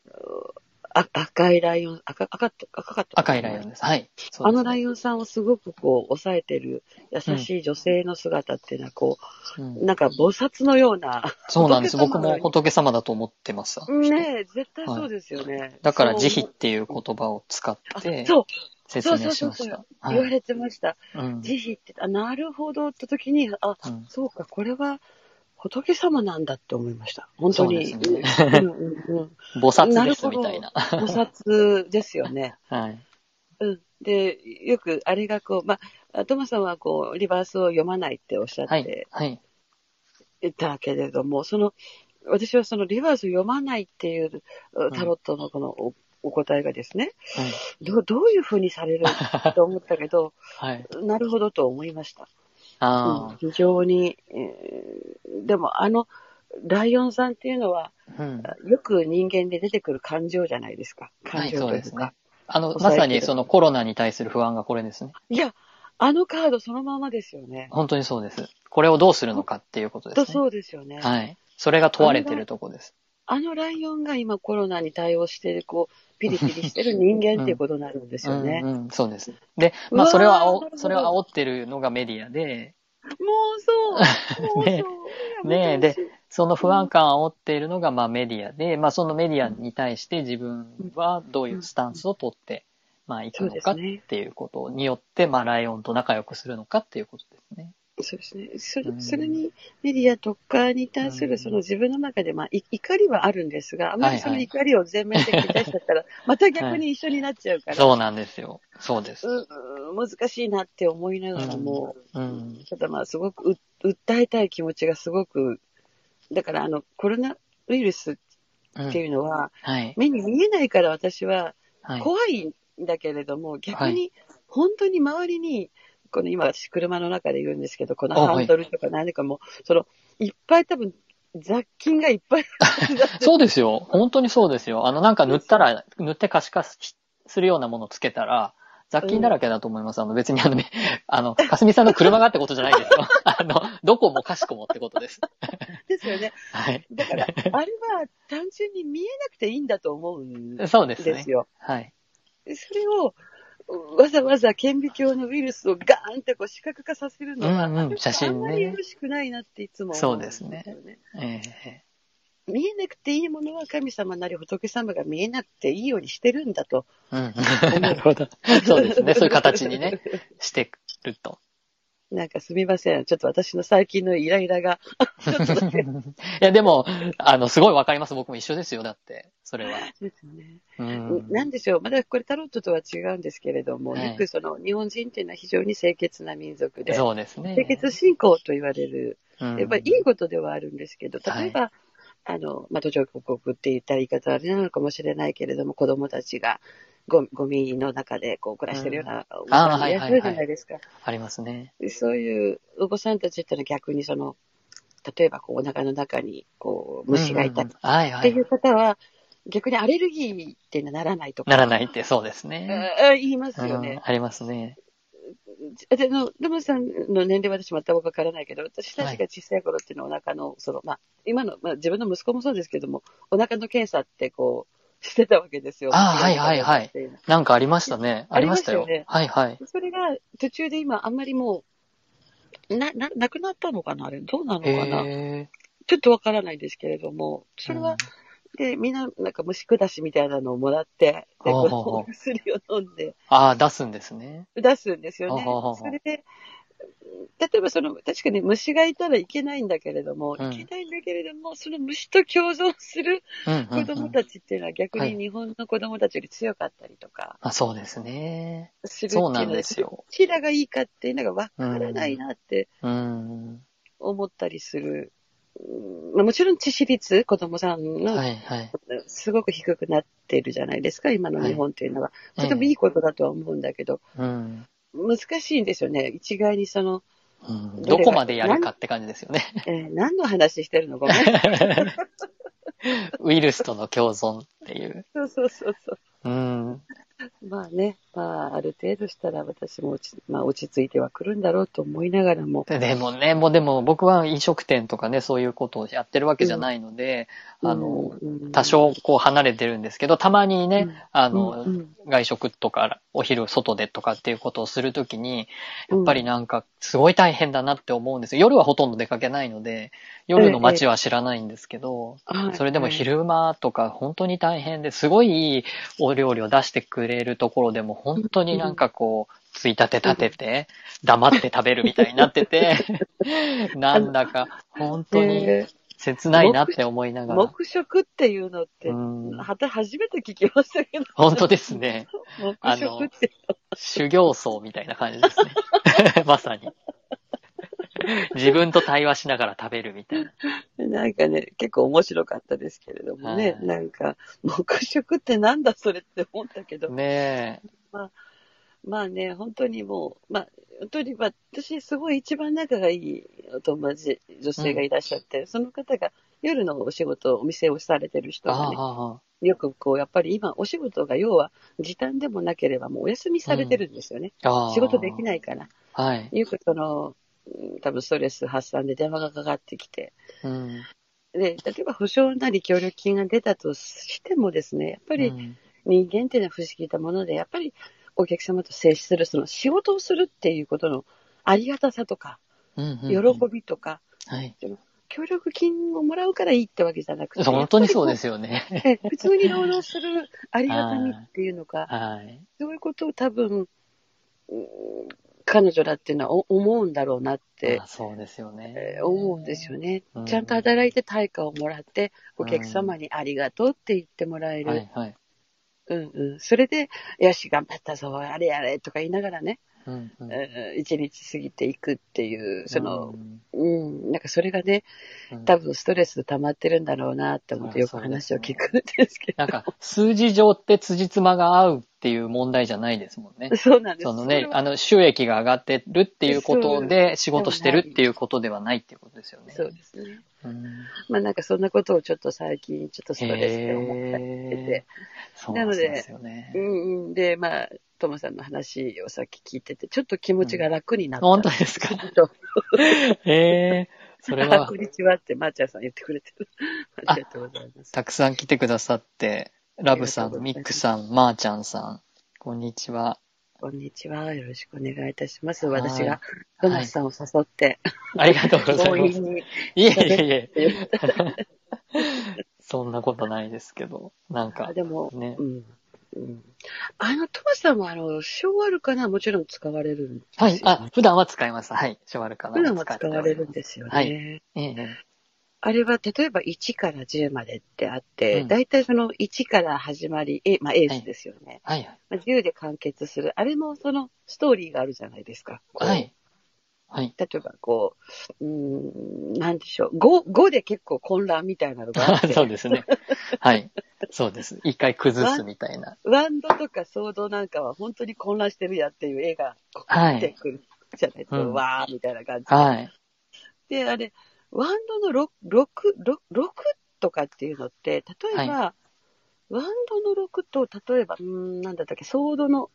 あ赤いライオン、赤赤と赤かった
赤いライオンです。はい。
あのラ
イ
イオンさんをすごくこう、抑えてる優しい女性の姿っていうのは、こ
オン
う、なんか菩薩のような、
そうなんです。
仏様
僕
のよう
も
に
仏様だと思ってます。あの人
ねえ、絶対そうですよね。
だから
そう
慈悲っていう言葉を使っ
あ
て、
そう、
説
そう
明
そう
し
そう
ま
そ
し
う
た。。
言われてました。
はいうん
慈悲って、あ、なるほどって時に、あ、
うん
そうか、これは仏様なんだって思いました。本当に。
そうで
うんうんうん。
菩薩ですみたいな。
菩薩です よね。
はい。
うん。で、よくあれがこう、まあ、トマさんはこう、リバースを読まないっておっしゃっ
はい
て。
はい。
たけれども、その、私はそのリバースを読まないっていうんタロットのこのおお答えがですね、
はい。
どうどういうふうにされると思ったけど、
はい。
なるほどと思いました。う
あ
ん非常に、えーでもあの、ライオンさんっていうのは、
あ。うん。
よく人間で出てくる感情じゃないですか。
は
感
い、
情
そう
とい
で
う
す
か。
ね。あの、ま
抑えてる
さにそのコロナに対する不安がこれですね。
いや、あのカードそのままですよね。
本当にそうです。これをどうするのかっていうこと
と
ですね。
そうですよね。
はい。それが問われてるとこです。
あのライオンが今コロナに対応してる、こう、ピリピリしてる人間っていうことになるんですよね。
うんうん、そうです。で、まあ、
うわー
それは
なる
煽
ほ、ど
それは煽ってるのがメディアで、
もうそう。もうそ う。
ねえねえ
やめてほしい、
その不安感を煽っているのが、まあ、メディアで、まあ、そのメディアに対して自分はどういうスタンスを取って、まあ、いく
そう
の
で
か
す
っ
ね。
ていうことによって、まあ、ライオンと仲良くするのかっていうことですね。
そうですね。それ
うん
それに、メディア特化に対す
うん
るその自分の中で、まあ、い怒りはあるんですが、あまりそ
は
の
いはい
怒りを全面的に出しちゃったら、また逆に一緒になっちゃうから、
そうなんですよ。そうです。
うう難しいなって思いながらも、
うん。
ただまあ、すごくう訴えたい気持ちがすごく、だからあの、コロナウイルス
う
って
ん。
いうのは、
はい。
目に見えないから私は
はい。
怖いんだけれども、逆
は
に、本当に周りに、この今私車の中で言うんですけど、この
あはい
ハンドルとか何とかも、その、いっぱい多分、雑菌がいっぱい
そうですよ。本当にそうですよ。あの、なんか塗ったら、塗って可視化するようなものつけたら、雑菌だらけだと思います。あの、別にあの、めあの、かすみさんの車がってことじゃないですよ。 あの、どこもかしこもってことです。
ですよね。
はい。
だから、あれは単純に見えなくていいんだと思うんで
そうですね。
すよ。
はい。
それを、わざわざ顕微鏡のウイルスをガーンってこう視覚化させるのは、
うんうん
あれは
写真ね
あんまりよろしくないなっていつも思うんよ
そうですええ
見えなくていいものは神様なり仏様が見えなくていいようにしてるんだと。
うん。 なるほど。そうですね。そういう形にね、してると。
なんかすみません。ちょっと私の最近のイライラが、ちょっとだけ。
いや、でも、あの、すごいわかります。僕も一緒ですよ。だって、それは。
ですよね。
うん。
なんでしょう。まだこれタロットとは違うんですけれども、
はい
よくその日本人っていうのは非常に清潔な民族で、
そうですね。
清潔信仰と言われる、
うん
やっぱりいいことではあるんですけど、
はい
例えば、あの、まあ、途上国って言ったら言い方はあれなのかもしれないけれども、子供たちがゴゴミの中でこう暮らしてるようなお子さんがいらっしゃるじゃないですか。
ありますね。
でそういうお子さんたちってのは逆にその、例えばこうお腹の中にこう虫がいた
うん
り
うんうんはい
っ
は
てい
い。
う方は、逆にアレルギーってならないとか。
ならないって、そうですね。
あ言います
うん
よね。
ありますね。
で、の、ドムさんの年齢は私全くわからないけど、私たちが小さい頃っていうのはお腹の、その、まあ、今の、まあ自分の息子もそうですけども、お腹の検査ってこう、 してたわけですよ。
あーはいはいはいなんかありましたね。ありましたよ。
ありましたよね
はいはい。
それが途中で今あんまりもう、な、な、なくなったのかなあれ、どうなのかな、
へ
ちょっとわからないですけれども、
ー
それは、、で、みんな、なんか虫下しみたいなのをもらって、
ほ
で、
う
こ
ほうほう
のお薬を飲んで
ああ、出すんですね。
出すんですよね
ほうほう。ほ
そうれで、例えばその、確かに虫がいたらいけないんだけれども、
うん
いけないんだけれども、その虫と共存する
うんうん、うん。
子供たちっていうのは逆
はい
に日本の子供たちより強かったりとか
あそうですね。
するっていう
そう
の
な
は
んですよ。
どちらがいいかっていうのがわからないなって
うん。
思ったりする。うんまあもちろん致死率、子供さんの
はいはい。
すごく低くなっているじゃないですか、今の日本というのは。
はい
とてもいいことだとは思うんだけど、
うん。
難しいんですよね。一概にその、
うんどこまでやるかって感じですよね。
えー何の話してるのごめん。
ウイルスとの共存っていう。
そうそうそうそ
うん。
う。まあね、まあある程度したら私も落ち,、まあ、落ち着いてはくるんだろうと思いながらも。
でもね、もうでも僕は飲食店とかね、そういうことをやってるわけじゃないので、あの、
うん
多少こう離れてるんですけど、たまにね、
うん
あ
あ
の、外食とかお昼外でとかっていうことをするときに、
や
やっぱりなんかすごい大変だなって思うんですよ。夜はほとんど出かけないので、夜の街は知らないんですけど、それでも、昼間とか本当に大変ですごいいいお料理を出してくれるところでも本当になんかこう、ついたて立てて、黙って食べるみたいになって て、なんだか本当に
で
切ないなって思いながら。
黙食っていうのって、
うん
はた初めて聞きましたけど、
本当ですね。あ
黙
の
食って、
修行僧みたいな感じです ね。まさに。自分と対話しながら食べるみたいな。
なんかね、結構面白かったですけれどもね、
はい
なんか、黙食ってなんだそれって思ったけど、
ねえ。
まあね、本当にもう、まあ、本当に、まあ、私、すごい一番仲がいいお友達、女性がいらっしゃって、その方が夜のお仕事、お店をされてる人がね、
あ
よくこう、やっぱり今、お仕事が要は時短でもなければ、もうお休みされてるんですよね。
あ。ああ。
仕事でき
い。
ないから。
はい。
よくその、うん多分ストレス発散で電話がかかってきて、
うん。やっ
で、例えば保証なり協力金が出たとしてもですね、やっぱり、
うん、
人間っていうのは不思議なもので、やっぱりお客様と接する、その仕事をするっていうことのありがたさとか、
うんうん
喜
うん
びとか、
はい。
協力金をもらうからいいってわけじゃなくて、。
本当にそうですすよね。
え 普通に労働するありがたみっていうの か、
はい。
そういうことを多分、うん彼女らっていうのはお思うんだろうなって
まあ、そうですよね
え。ー思うんですよね
うん。
ちゃんと働いて対価をもらって、
うん
お客様にありがとうって言ってもらえる。
はいはい。
うんうん。それで、よし、頑張ったぞ、あれやれとか言いながらね、
うんうん
うん一日過ぎていくっていう、その
う、ん
うん、なんかそれがね、
うん
多分ストレス溜まってるんだろうなって思ってよく話を聞くんですけど。
なんか、数字上って辻褄が合うっていう問題じゃないですもんね。
そう なんです
そのね
れ、は
あの、収益が上がってるっていうことで仕事してるっていうことではないっていうことですよね。
そうですね。
うん。
まあなんかそんなことをちょっと最近、ちょっとストレスで思ったりして
へ
て
え。。そうなんですよね
う。んうん。で、まあ、ともさんの話をさっき聞いてて、ちょっと気持ちが楽になった。
本当ですか
ちょっと
へえ。それ
あ、
は
こん、にちはって、まー、ちゃんさん言ってくれてる。
あ
ありがとうございます。
たくさん来てくださって、ラブさ
ありがと
ん、
うござ
ミ
います
ックさん、まーちゃんさん、こんにちは。
こんにちは。よろしくお願いいたします。
はい
私が、ともさんを誘って、
ありがとうござ
強
いま
引
す。
に。
いえいえい
言
え。 そんなことないですけど、なんか
あ、でも、
ね
う。ん。うん、あの、トマさんも、あの、昭和るかなもちろん使われるんですよ、
はい、あ、普段は使います。はい、ショワルカナ
普段
を
は
使っ
使
ており
わ
ます
れるんですよね。
はいえええ
あれは、例えば1から10までってあって、
うん
だいたいその1から始まり、え、まあ、エースですよね。
えはいはい。
まあ、10で完結する。あれも、その、ストーリーがあるじゃないですか。こう
はい。はい。
例えばこう、うーん、なんでしょう、5、5で結構混乱みたいなのが あって、
そうですね。はい。そうです。一回崩すみたいな。
ワンドとか騒動なんかは本当に混乱してるやっていう絵がこう
はい
出てくるじゃないですか、
うん
わーみたいな感じ。
はい。
で、あれ、ワンドの 6, 6, 6とかっていうのって、例えば、ワンドの6と、例えば、うーん、なんだったっけ、ソードの、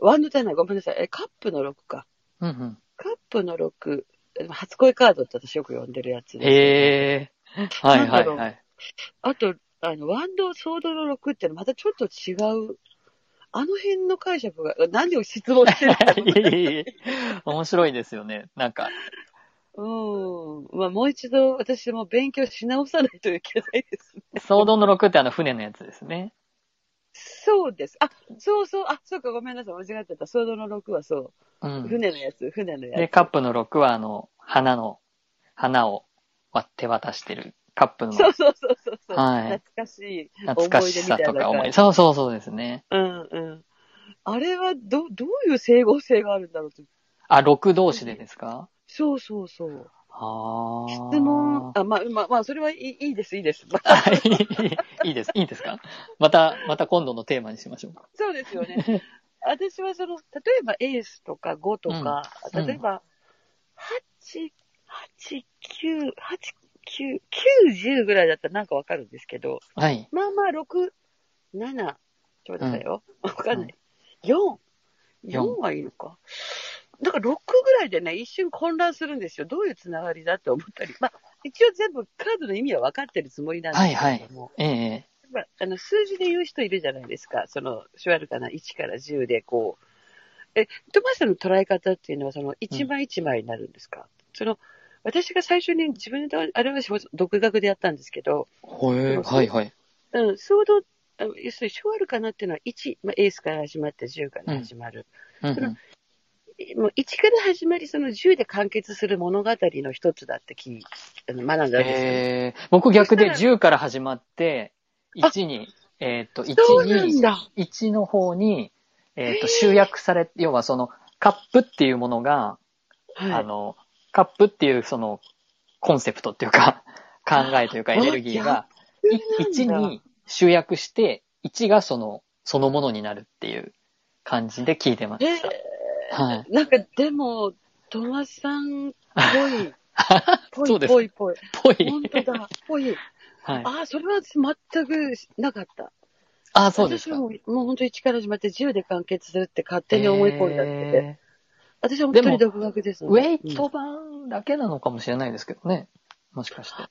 ワンドじゃない、ごめんなさい、え、カップの6か。
うんうん。
カップの6、え初恋カードって私よく呼んでるやつです、
ええはいはいはい。
あと、あの、ワンド、ソードの6ってのはまたちょっと違う。あの辺の解釈が、なんで失望してる
いえいえいえ面白いですよね。なんか、
うん。まあ、もう一度私も勉強し直さないといけないですね。
騒動の6ってあの船のやつですね。
そうです。あ、そうそう。あ、そうか、ごめんなさい。間違ってた。ソードの6はそうう。
ん。
船のやつ、船のや
で、
つ。
カップの6はあの、花の、花を割って渡してる。カップの
そうそうそうそうそう。
はい
懐かしい
懐かしさとか思
思い出
い。
み
そうそうそうですね。
うんうん。あれはど、どういう整合性があるんだろうと。
あ、6同士でですか
そうそうそう。
ああ。
質問、あ、まあ、まあ、まあ、それはいいいいです、いいです。まあ
はいいいです。いいですかまた、また今度のテーマにしましょうか。
そうですよね。私はその、例えばエースとか5とか、
うん
例えば、8、8、9、8、9、9、10ぐらいだったらなんかわかるんですけど、
はい。
まあまあ6、7、ちょうどだよ。わ、かんない。4、4はいいのか。だから6ぐらいでね、一瞬混乱するんですよ。どういうつながりだって思ったり。まあ、一応全部カードの意味は分かってるつもりなんですけども。
ええ
まあ、あの数字で言う人いるじゃないですか、そのシュワルカナ1から10でこう、えトマスさんの捉え方っていうのは、その1枚1枚になるんですか、その私が最初に自分で、あれは独学でやったんですけど、
へえはいはい。
うん、ソードあの要するに、小あるかなっていうのは、1、まあ、エースから始まって10から始まる。
うん
そのもう1から始まり、その10で完結する物語の一つだって聞いあの学んだんですよ、
えー僕逆で
そした
10から始まって、1に、えっと、1
そうなん
に、
だ。
1の方に、えっと、集約され、要はその、カップっていうものが、あ
は
の、カップっていうその、コンセプトっていうか、考えというか
あ
エネルギーが、い
逆
1
なんだ
に集約して、1がその、そのものになるっていう感じで聞いてま
い。え
す。はい。
なんかでも、トマスさんっ ぽ
そう
い、ぽい、
です
ぽい、ぽい。
ぽい。
本当だ、ぽい。
はい。
ああ、それは全くなかった。
あ、そうです
私は
か。
もうもう本当1から始まって10で完結するって勝手に思い込んだってて。
えー
私は本当に
で
独学ですもん
ウェ
ね
イト版だけなのかもしれないですけどね。もしかして。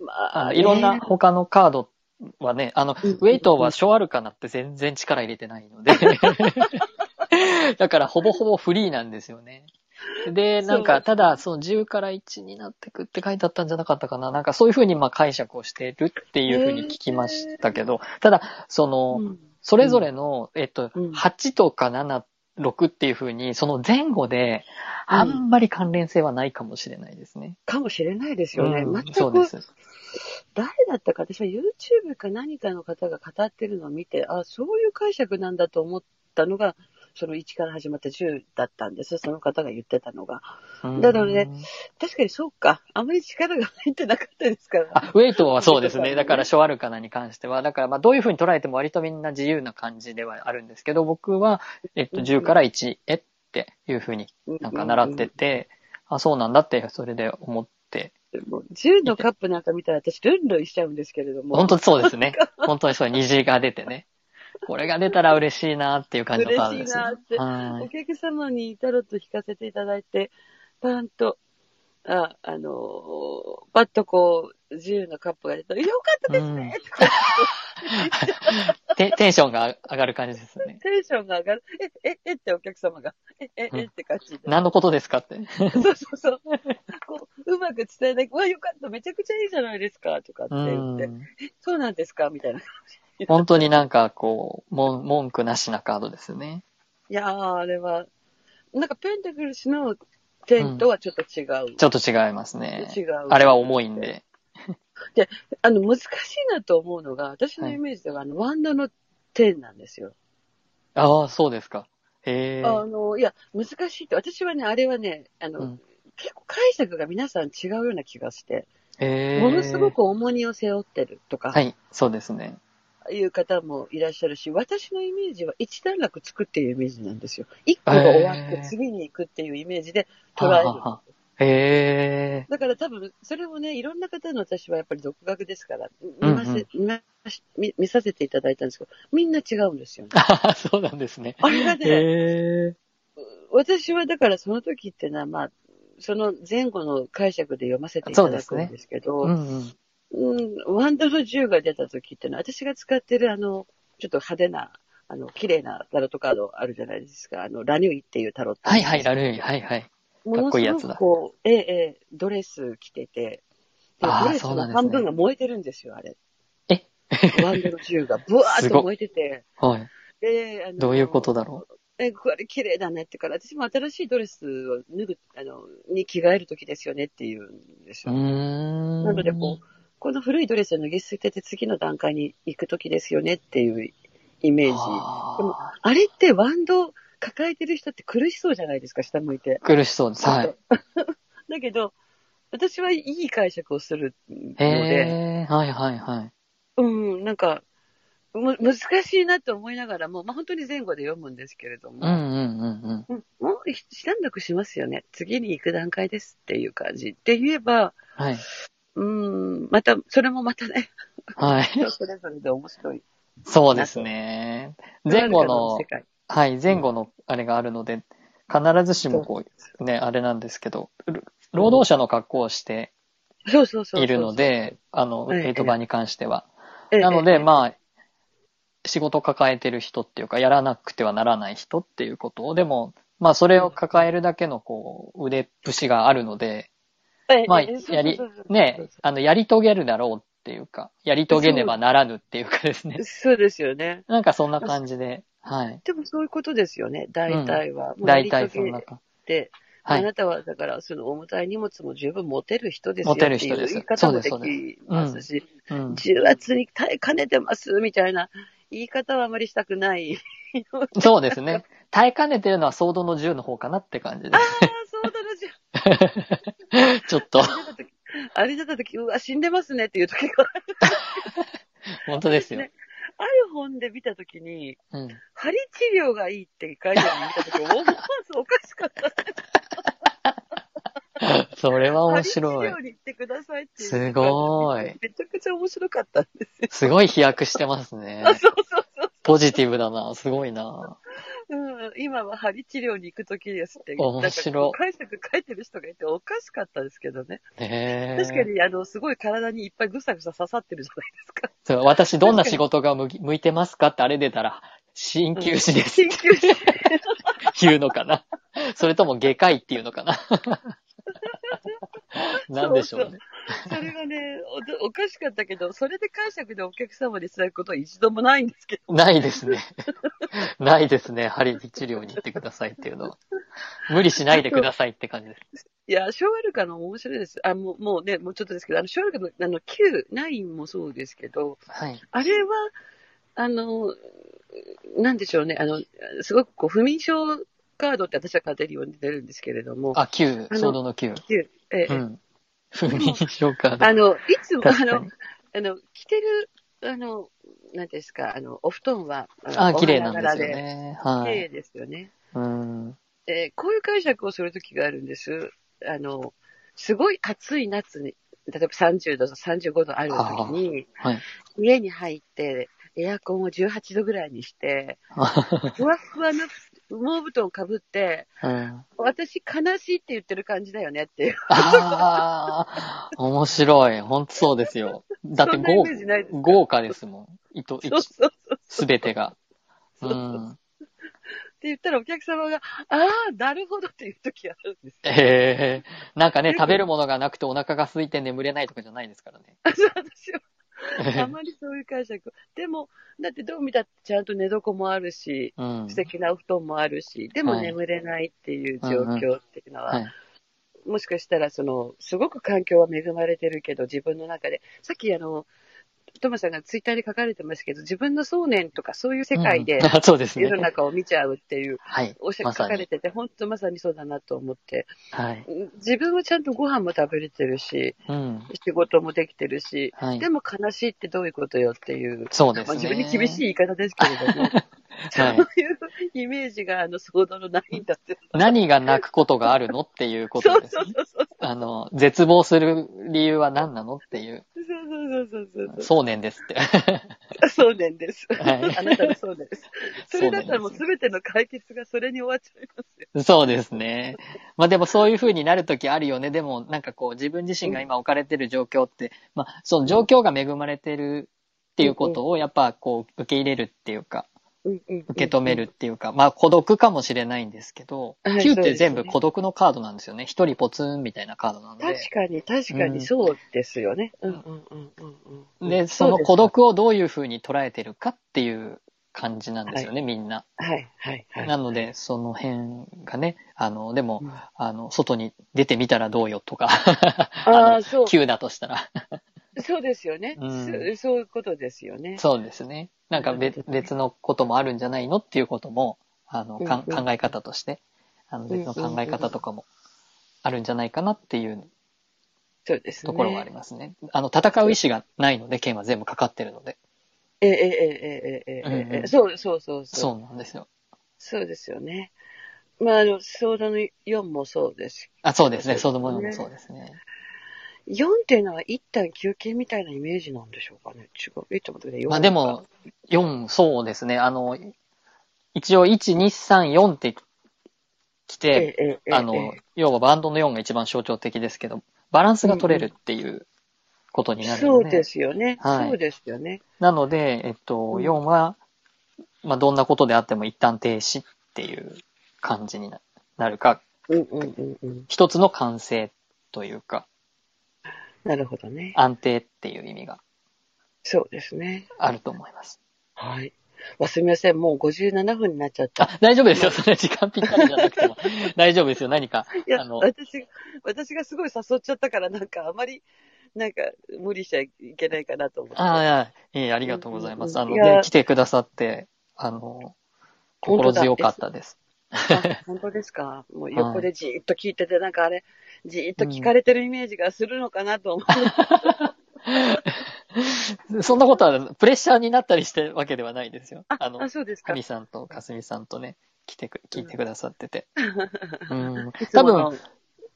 うんま
あの
あ、
いろん
ね
な他のカードはね、あの、
うん
ウェイトは小アルカナって全然力入れてない ので。だからほぼほぼフリーなんですよね。で、なん
そう
か、ただ、その10から1になってくって書いてあったんじゃなかったかな。なんかそういうふうにまあ解釈をしてるっていうふうに聞きましたけど、ただ、その、
うん
それぞれの、えっと、
うん
8とか7、6っていう風に、その前後で、あんまり関連性はないかもしれないですね。
かもしれないですよね。
うん
全
そうで
く
す。
誰だったか、私は YouTube か何かの方が語ってるのを見て、あそういう解釈なんだと思ったのが、その1から始まった10だったんです。その方が言ってたのが。
うん
だからね確かにそうか。あまり力が入ってなかったですから。
あ、ウェイトはそうです
ウェイトとかね
ね。だから、小アルカナに関しては、だから、まあ、どういう風に捉えても割とみんな自由な感じではあるんですけど、僕は、えっと、
うん
10から1、えっていう風になんか習ってて、あ、そうなんだって、それで思って、
うんもう10のカップなんか見たら私、ルンルンしちゃうんですけれども。
本当にそうですね。本当にそう、虹が出てね。これが出たら嬉しいなっていう感じのカードですね。
嬉しいなって
はい
お客様にタロット引かせていただいて、パンと、あ、あのーパッとこう、自由なカップが出たら、よかったですね、とか
テテンションが上がる感じですね。
テンションが上がる。え、え、えってお客様が、え、え、
うん
えって感じで。
何のことですかって。
そうそうそう。こう、うまく伝えなきゃ、うわ、よかった、めちゃくちゃいいじゃないですか、とかって
う
言って、
ん。
そうなんですか、みたいな。い
本当になんかこう、もん文句なしなカードですね。
やー、あれは、なんかペンタクルスの点とはちょっと違う。
ちょっと違いますね。
違う。
あれは重いんで。
あの、難しいなと思うのが、私のイメージでは、あの、ワンドの点なんですよ。
ああ、そうですか。へえ。
あの、いや、難しいって、私はね、あれはね、あの、
うん
結構解釈が皆さん違うような気がして、
へえ。
ものすごく重荷を背負ってるとか
は、い、そうですね。
いう方もいらっしゃるし、私のイメージは一段落つくっていうイメージなんですよ。一個が終わっ
へ
て
ー
次に行くっていうイメージで捉
は
え
は
る。
はへえ。
だから多分、それをね、いろんな方の私はやっぱり独学ですから、見ませ、
うんうん
見まし見見させていただいたんですけど、みんな違うんですよね。
あ そうなんですね。
あれが
へ
ね、
え。
私はだからその時ってのは、まあ、その前後の解釈で読ませていただくんですけど、
う
うん
うん。
んワンドの銃が出た時ってのは、私が使ってるあの、ちょっと派手な、あの、綺麗なタロットカードあるじゃないですか。あの、ラニュイっていうタロット。
はいはい、ラルーイ。はいはい。
も
かっ
の
こいい
す
や
ご
つだ
くこう、ええ、ええ、ドレス着てて、で
あー
ドレス
そうなん
の
ですね
半分が燃えてるんですよ、あれ。
え
ワンドの銃がブワーっと燃えてて、
はい。
で、あの
どういうことだろ
え、これ綺麗だねってから、私も新しいドレスを脱ぐ、あの、に着替える時ですよねっていうんです
う。う
よ。
ーん。
なのでこう、この古いドレスを脱ぎ捨てて次の段階に行く時ですよねっていうイメージ。あ
あー
でもれってワンド抱えてる人って苦しそうじゃないですか、下向いて。
苦しそうです。はい。
だけど、私はいい解釈をするので、
へえ。はいはいはい。
うん、なんか、む難しいなと思いながらも、まあ、本当に前後で読むんですけれども、
うんうんうんうん。
うんもう一段落しますよね。次に行く段階ですっていう感じ。って言えば、
はい。
うーん、また、それもまたね、
はい。
人 それぞれで面白い。
そうですね。前後の
世、界
はい、前後のあれがあるので、必ずしもこう、ね、あれなんですけど、る労働者の格好をして
そうそうそうそう。
いるので、あの、
ええ
ヘイト版に関しては。
ええ、
なので、
あ、
まあ、仕事を抱えてる人っていうか、やらなくてはならない人っていうことを、でも、まあ、それを抱えるだけの、こう、腕っぷしがあるので、まあ、やり、ね、あの、やり遂げるだろうっっていうか、やり遂げねばならぬっていうかですね。
そうですよね。
なんかそんな感じで、はい。
でもそういうことですよね、大体は。もう
大体そ
や
ん
り遂
な
げ
か。
て、
は
あ
い。
なたはだから、その重たい荷物も十分持てる人ですよ
持
っ
て
て
る
い
人
う
です
言い方もで
そうで
きますし、
うん。
重圧に耐えかねてますみたいな言い方はあまりしたくない。
そうですね。耐えかねてるのは騒動の銃の方かなって感じで
ああ、そうだな、じゃ
す。ちょっと、
ああれだった時、うわ、死んでますねっていう時が、
本当ですよ
ね。ある本で見た時に、
うん。
針治療がいいって書いてあるの見た時、 思わずおかしかった。
それは面
針治
白い。
療に行ってくださいっていう。
すごい。
めちゃくちゃ面白かったんですよ。
すごい飛躍してますね。
あ、そうそうそう。
ポジティブだな。すごいな。
うん、今は針治療に行く時ですって。
面白
なんかこう解釈書いてる人がいておかしかったですけどね。
ねえ
確かに、あの、すごい体にいっぱいぐさぐさ刺さってるじゃないですか。
そう私、どんな仕事が向き向いてますかってあれ出たら、鍼灸師です
鍼灸師。
言うのかなそれとも外科医っていうのか ななんでしょうね。
それがねお、おかしかったけど、それで解釈でお客様に伝えることは一度もないんですけど。
ないですね。 ないですね。針治療に行ってくださいっていうのは。無理しないでくださいって感じです。
いや、小アルカの面白いです。あ、もう、もうね、もうちょっとですけど、あの、小アルカの、あの、9、9もそうですけど、
はい。
あれは、あの、なんでしょうね、あの、すごくこう、不眠症カードって私は勝手に呼んでるんですけれども、
あ、9、
あの
ソードの9。
9、え
う
え
ん。不眠症か。
あの、いつも、あ
確か
の
に、。
あの、着てる、あの、なんていうんですか、あの、お布団は、の
あ、綺麗なんで
お花
す
柄
よね。は
綺麗
い。
ですよね。
うん。
えーこういう解釈をするときがあるんです。あの、すごい暑い夏に、例えば30度、35度あるときに、
はい。
家に入って、エアコンを18度ぐらいに して、ふわふわの羽毛布団をかぶって、
うん
私悲しいって言ってる感じだよねっていう。
ああ、面白い。ほんとそうですよ。だって
そんなイ
豪
メージないですか
豪華ですもん。いと、い
そうそうそう。
すべてが。う
そうそうっ
ん。
て言ったらお客様が、ああ、なるほどっていうときあるんですよ。
ええなんかね、食べるものがなくてお腹が空いて眠れないとかじゃないですからね。
そう私はあまりそういう解釈を。でも、だってどう見たってちゃんと寝床もあるし、
うん
素。敵なお布団もあるし、でも
はい
眠れないっていう状況っていうのは、
はい。
もしかしたら、その、すごく環境は恵まれてるけど、自分の中で、さっきあの、トマさんがツイッターに書かれてますけど、自分の想念とかそういう世界で
うん あそうですね
世。の中を見ちゃうっていう、
はい。
おっしゃ
ま
書
さ
かれ
に。
てて、本当まさにそうだなと思って、
はい。
自分はちゃんとご飯も食べれてるし、
うん。
仕事もできてるし、
はい
で。も悲しいってどういうことよっていう、
そうです
まあ、
ね。
自分に厳しい言い方ですけれども、
はい
そういうイメージが、あの、相談のないんだって。
何が泣くことがあるのっていうこ
そ
と
う
です
そう。そうそう。
あの、絶望する理由は何なのっていう、
そうそうそうそうそう。
想念ですって。
そうなんです。
はい
あなたのそうな んです。 それだったらもう
そう
全ての解決がそれに終わっちゃいますよ。
そうですね。まあでもそういう風になるときあるよね。でもなんかこう自分自身が今置かれてる状況って、まあその状況が恵まれてるっていうことをやっぱこう受け入れるっていうか、
うんうんうん
受け止める。っていうか、まあ孤独かもしれないんですけど、
はい
9っ
そうで
て
すね
全部孤独のカードなんですよね。一人ポツンみたいなカードなんで
確。かに、確か
うん
にそうですよね。うんんうんうんうんうん。
で、その孤
う
独をどういう風に捉えてるかっていう感じなんですよね、みんな。
です。はいはいはい。
なので、その辺がね、あの、でも、
うん
あの、外に出てみたらどうよとか、
あ
あ
あ、そう
の、。急だとしたら。
そうですよね、
うん
そ。そういうことですよね。
そうですね。なんか
なる
別
ほどね
別のこともあるんじゃないのっていうことも、あの、かん
うんうん
考え方として、あの、別の考え方とかもあるんじゃないかなっていう
そうですね。
ところはありますね。あの、戦う意思がないので、剣は全部かかってるので。
ええええええええ
うん
え
うん
えそうそうそうそう。
そうなんですよ。
そうですよね。まあ、あの、相談の4もそうです。
あ、そうですね。そ
そう
のものも
ね
そうですね。
4っていうのは一旦休憩みたいなイメージなんでしょうかね。違う。え、ちょっと待ってください。4
まあでも、4、そうですね。あの、一応、1、2、3、4って来
え
て、
え、ええ、
あ
え
の
え、
要はバンドの4が一番象徴的ですけど、バランスが取れるっていうことになる
そ
の
う
で、
ですよね。
はい
そうですよね。
なので、えっと、
うん
4は、まあ、どんなことであっても一旦停止っていう感じにななるか、
うんうんうんうん。
一つの完成というか、
なるほどね。
安定っていう意味が
そうですね。
あると思います。
はい。わすみません。もう57分になっちゃった。
あ、大丈夫ですよ。それ時間ぴったりじゃなく ても。大丈夫ですよ。何か。
いや、
あの
私が、私がすごい誘っちゃったから、なんかあまり、なんか無理しちゃいけないかなと思って。
ああ、いやいえ、ありがとうございます。
うん
あ
うん
の、
いや
ね、来てくださって、あの、心強かったです。
あ本当ですか。もう横でじーっと聞いてて、なんかあれ、じーっと聞かれてるイメージがするのかなと思って。
そんなことは、プレッシャーになったりしてるわけではないですよ。あの、
あ、そうです
ハ
か。
リさんとかすみさんとね、来てく、聞いてくださって て。うん
い。つ
多
も
分、
の、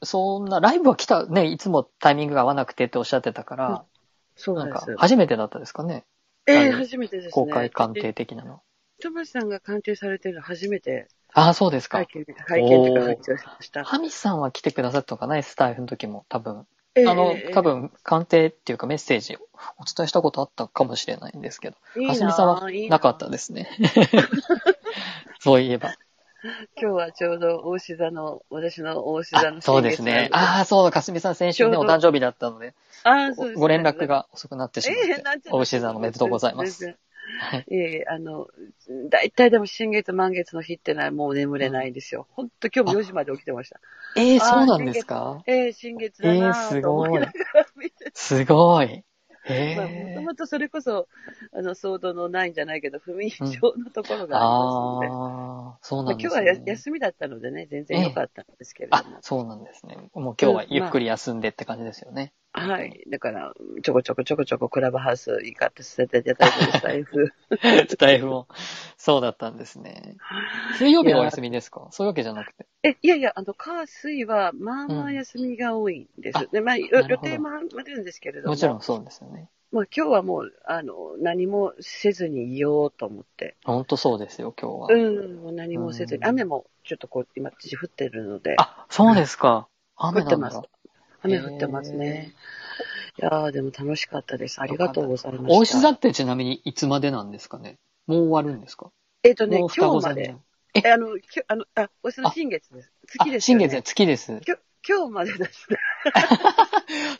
そんな、ライブは来た、ね、いつもタイミングが合わなくてっておっしゃってたから、
そ
な
うんで
か
す、。
初めてだったですかね。
ええ
あの
初めてですね。
公開鑑定
で。
的なの。
トマスさんが鑑定されてるの初めて、
ああ、そうですか
拝。見、拝見と
お
か
ー
拝聴しました。
ハミさんは来てくださったのかな、スタイフの時も、多分。
ええ
あの
ええ、
多分、鑑定っていうかメッセージをお伝えしたことあったかもしれないんですけど、
いい
はすみさんはなかった
いい
ですね。 そういえば。
な今日はちょうど大志座の、私の大志座
あ
の
そうですね。ああ、そう、かすみさん先週ね、
ちょ
お
うど
誕生日だったので、
あ、あーそうですね
ご連絡。が遅くなってしまっ
ええ
て
なんちゃ、
お牛座のおめでとうございます。
全
はい
然いえいえ、あの、大体でも新月満月の日ってのはもう眠れないんですよ。ほんと今日も4時まで起きてました。
ええ
あー
そうなんですか
ええ新月
え
だ
え
な
す
ぁと思
ご
い
い
なが。ら見て
すごい。
まあ、
え
も
え
ともとそれこそ、あの、騒動のないんじゃないけど、不眠症のところがありますので、
ああ、そうな
まあ、
んで
今日
す
は
ね
や休みだったのでね、全然良かったんですけれど
あ
も、、
そうなんですね。もう今日はゆっくり休んでって感じですよね。
はい。だから、ちょこちょこちょこちょこクラブハウス行かせていただいてる財布。
スタイフも。そうだったんですね。水曜日はお休みですかそういうわけじゃなくて。
え、いやいや、あの、火、水は、まあまあ休みが多いんです。
うん
で、まあ、予
なる
予
ほど
定もあるんですけれども、
もちろんそうですよね。
まあ今日はもう、あの、何もせずにいようと思って。
ほんとそうですよ、今日は。
うん、もう何もせずに、
うん
雨もちょっとこう、今、私降ってるので。
あ、そうですか。雨
降っ
な
て
んだ
ます。雨降ってますね。いやー、でも楽しかったです。ありがとうございました。
大石座ってちなみにいつまでなんですかねもう終わるんですか
えっ、とね、
もう双
今
子
日
座
ま
に
で。え、あの、きょあの、あ、おしの新月です。
あ
月です
新
よ、ね。
月、月です。
きょ今日までですね。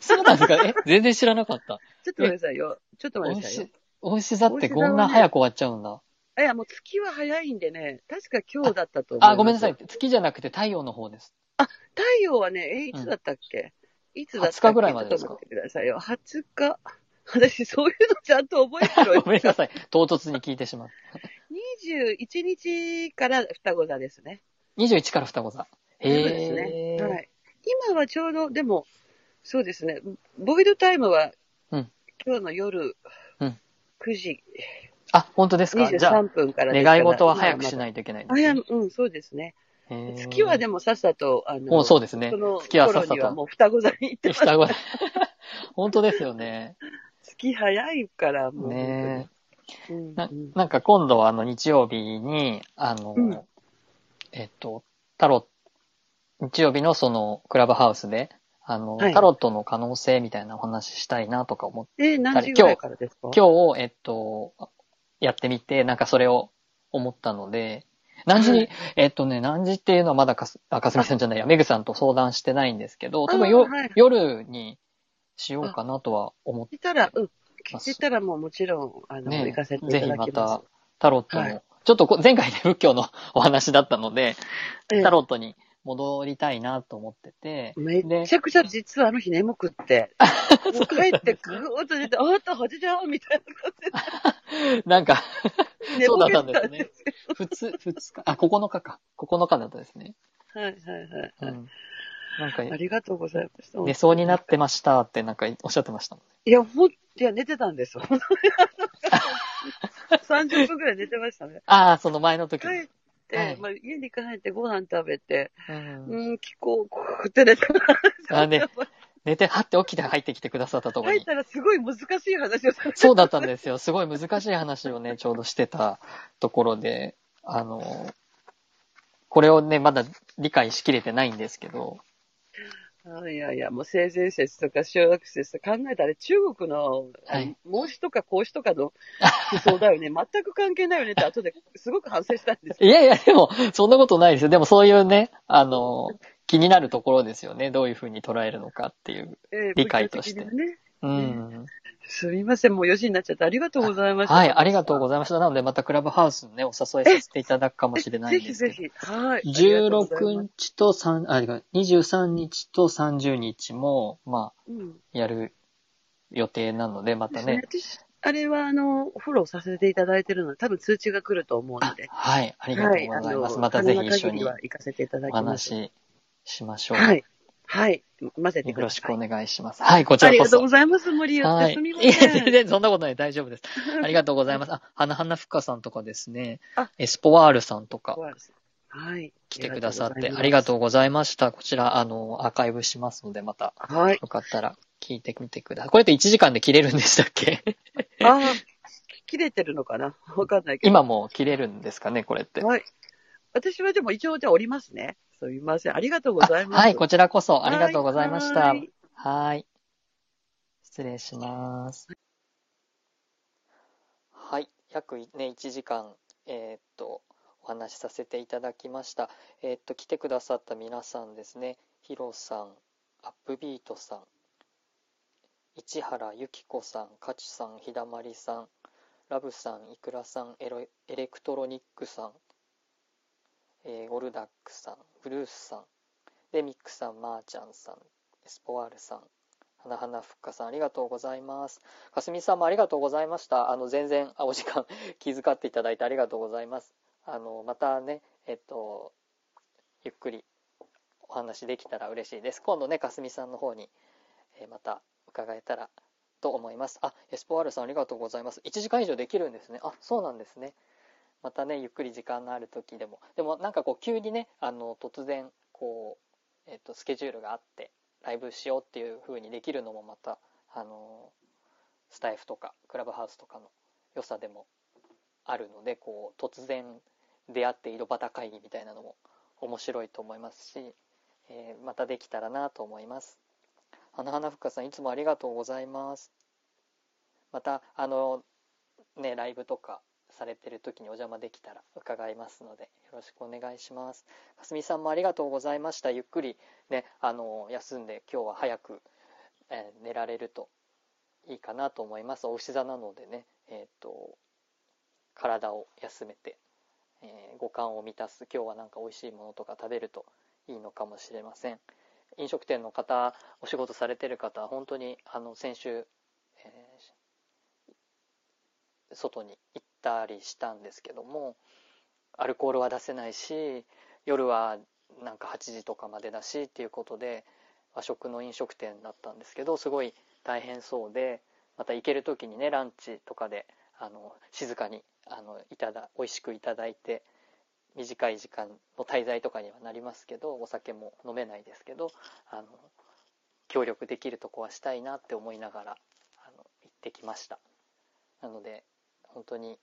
そうなんですか え、全然知らなかった。
ちょっと待ってくださいよ。ちょっと待ってくださいよ。
大石座ってこんな早く終わっちゃうんだ。
いや、もう月は早いんでね、確か今日だったと思います。
あ、ごめんなさい。。月じゃなくて太陽の方です。
太陽はね、え、いつだったっけ、いつだったっけ
20日ぐらいまでで
ち
す
ょ
か
っと待ってくださいよ。20日。 私、そういうのちゃんと覚え てる
ごめんなさい。唐突に聞いてしまう。
21日から双子座ですね。
21から双子座。へ
そうです
え。
ね。はい。今はちょうど、でも、そうですね。ボイドタイムは、
うん
今日の夜、
うん
9時
あ、本当ですかじゃあ、
23分からですから
願い事は早くしないといけないで
今
す
は
ね。
まだ早うん、そうですね。
へー
月はでもさっさと、あの、
もうそうです ね
そ。の
月はさっ
頃
さ
には
と。
もう双子座に行ってます。
双子本当ですよね。
月早いから、もう
ね
本当に。うん
な
うん
なんか今度はあの日曜日に、あの、
うん
えっと、タロ日曜日のそのクラブハウスで、あの、
はい
タロットの可能性みたいなお話ししたいなとか思って、
え、何時ぐらいからですか
今日、えっと、やってみて、なんかそれを思ったので、何時に、
はい
えっとね、何時っていうのはまだかす、あ、かすみさんじゃないや、めぐさんと相談してないんですけど、多分よ、
あはい
夜にしようかなとは思って
聞いたら、うん。
ます。
聞いたらもうもちろん、あの、
ね
行かせてい
ぜ
た
ひ
だ
ま
きま
た、タロットの、
はい
ちょっとこ前回で仏教のお話だったので、
す。ええ
タロットに戻りたいなと思ってて、
め
で
っちゃくちゃ実はあの日眠く って、もう帰ってぐーっと出て、あんた8時半みたいな感じ
なんか、
で寝
そう
ぼ
だっ
け
た
て
んですね。二 つ、二日、あ、9日か。9日だったですね。
はいはいは
う
い。
ん。なんか、
ありがとうございました。
寝そうになってましたってなんかおっしゃってましたもんね。
いや、ほん、いや、寝てたんで すよ。30分くらい寝てましたね。
ああ、その前の時
帰
に。
って、
はい
まあ、家に帰ってご飯食べて、
うん。
うん、気候、こうって寝た。
あ ね、寝て、はって起きて入ってきてくださったところ
入っ
に。
たらすごい難しい話をされて
そうだったんですよ。すごい難しい話をね、ちょうどしてたところで、あの、これをね、まだ理解しきれてないんですけど、
あいやいや、もう性善説とか小学説とか考えたら中国の、
はい
孟子とか孔子とかの思想だよね。全く関係ないよねって後ですごく反省したんですよ。
いやいや、でも、そんなことないですよ。でもそういうね、あの、気になるところですよね。どういうふうに捉えるのかっていう。
えー
理解として
仏教的にね。
うん。
すみません、もう4時になっちゃってありがとうございました。
はい、ありがとうございました。なので、またクラブハウスにね、お誘いさせていただくかもしれない
ぜ
んで
ひ
すけ
ぜ
ど。
ひ。はい。
16日と3、あ、違う23日と30日も、ま
日。うん。
あ、やる予定なので、またね。
私、あれは、あの、フォローさせていただいてるので、多分通知が来ると思うの
あ
で。
はい、ありがとうございます。
あの
またぜひ一緒
可能な限り
に
は行かせていただ
お
きます。
話ししましょう。
はい。はい。混ぜて
よ
くだ
ろ
さ
し
い。
くお願いします。はい、こち
あ
ら
り
こ
がとう
そ
ご。ざいます。無理言っ
は
て
い。
すみま
いや、
せ
全
ん。
然そんなことない。大丈夫 です。ありがとうございます。あ、花花ふかさんとかですね
あ。
エスポワールさんとか
はい。
来てくださってあ
あ
り
り
が
が
と
と
うございました。こちら、あの、アーカイブしますので、また、
はい。
よかったら聞いてみてください。これって1時間で切れるんでしたっけ
ああ、切れてるのかなわかんないけど。
今もう切れるんですかね、これって。
はい。私はでも一応じゃあおりますね。すみません。ありがとうご
あ
ざいます。
はい、こちらこそ
は
あ
い
りがとうございました。
はい
はい。失礼します。はい。約ね、1時間、えーっと、お話しさせていただきました。えーっと、来てくださった皆さんですね。ヒロさん、アップビートさん、市原由紀子さん、カチさん、ひだまりさん、ラブさん、イクラさん、エロエレクトロニックさん、えーゴルダックさん、ブルースさん、デミックさん、マーちゃんさん、エスポワールさん、花花ふっかさん、ありがとうございます。かすみさんもありがとうございました。あの、全然、あお時間 気遣っていただいてありがとうございます。あの、またね、えっと、ゆっくりお話できたら嬉しいです。今度ね、かすみさんの方に、えーまた伺えたらと思います。あ、エスポワールさん、ありがとうございます。1時間以上できるんですね。あ、そうなんですね。またねゆっくり時間のある時でもでもなんかこう急にねあの突然こう、えっとスケジュールがあってライブしようっていう風にできるのもまたあのスタイフとかクラブハウスとかの良さでもあるのでこう突然出会って井戸端会議みたいなのも面白いと思いますし、えーまたできたらなと思います。花花ふっかさんいつもありがとうございます。またあのねライブとかされてる時にお邪魔できたら伺いますのでよろしくお願いします。かすみさんもありがとうございました。ゆっくりね、あの休んで今日は早く、えー寝られるといいかなと思います。お牛座なのでね、えーっと体を休めて、えー五感を満たす今日はなんか美味しいものとか食べるといいのかもしれません。飲食店の方、お仕事されてる方、本当にあの先週、えー外に行ったりしたんですけどもアルコールは出せないし夜はなんか8時とかまでだしっていうことで和食の飲食店だったんですけどすごい大変そうでまた行ける時にねランチとかであの静かにあのいただ美味しくいただいて短い時間の滞在とかにはなりますけどお酒も飲めないですけどあの協力できるとこはしたいなって思いながらあの行ってきました。なので本当に、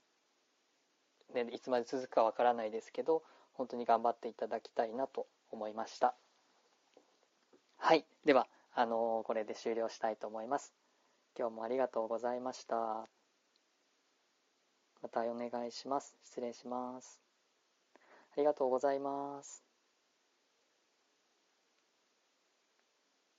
ね、いつまで続くかわからないですけど本当に頑張っていただきたいなと思いましたはいではあのこれで終了したいと思います今日もありがとうございましたまたお願いします失礼しますありがとうございます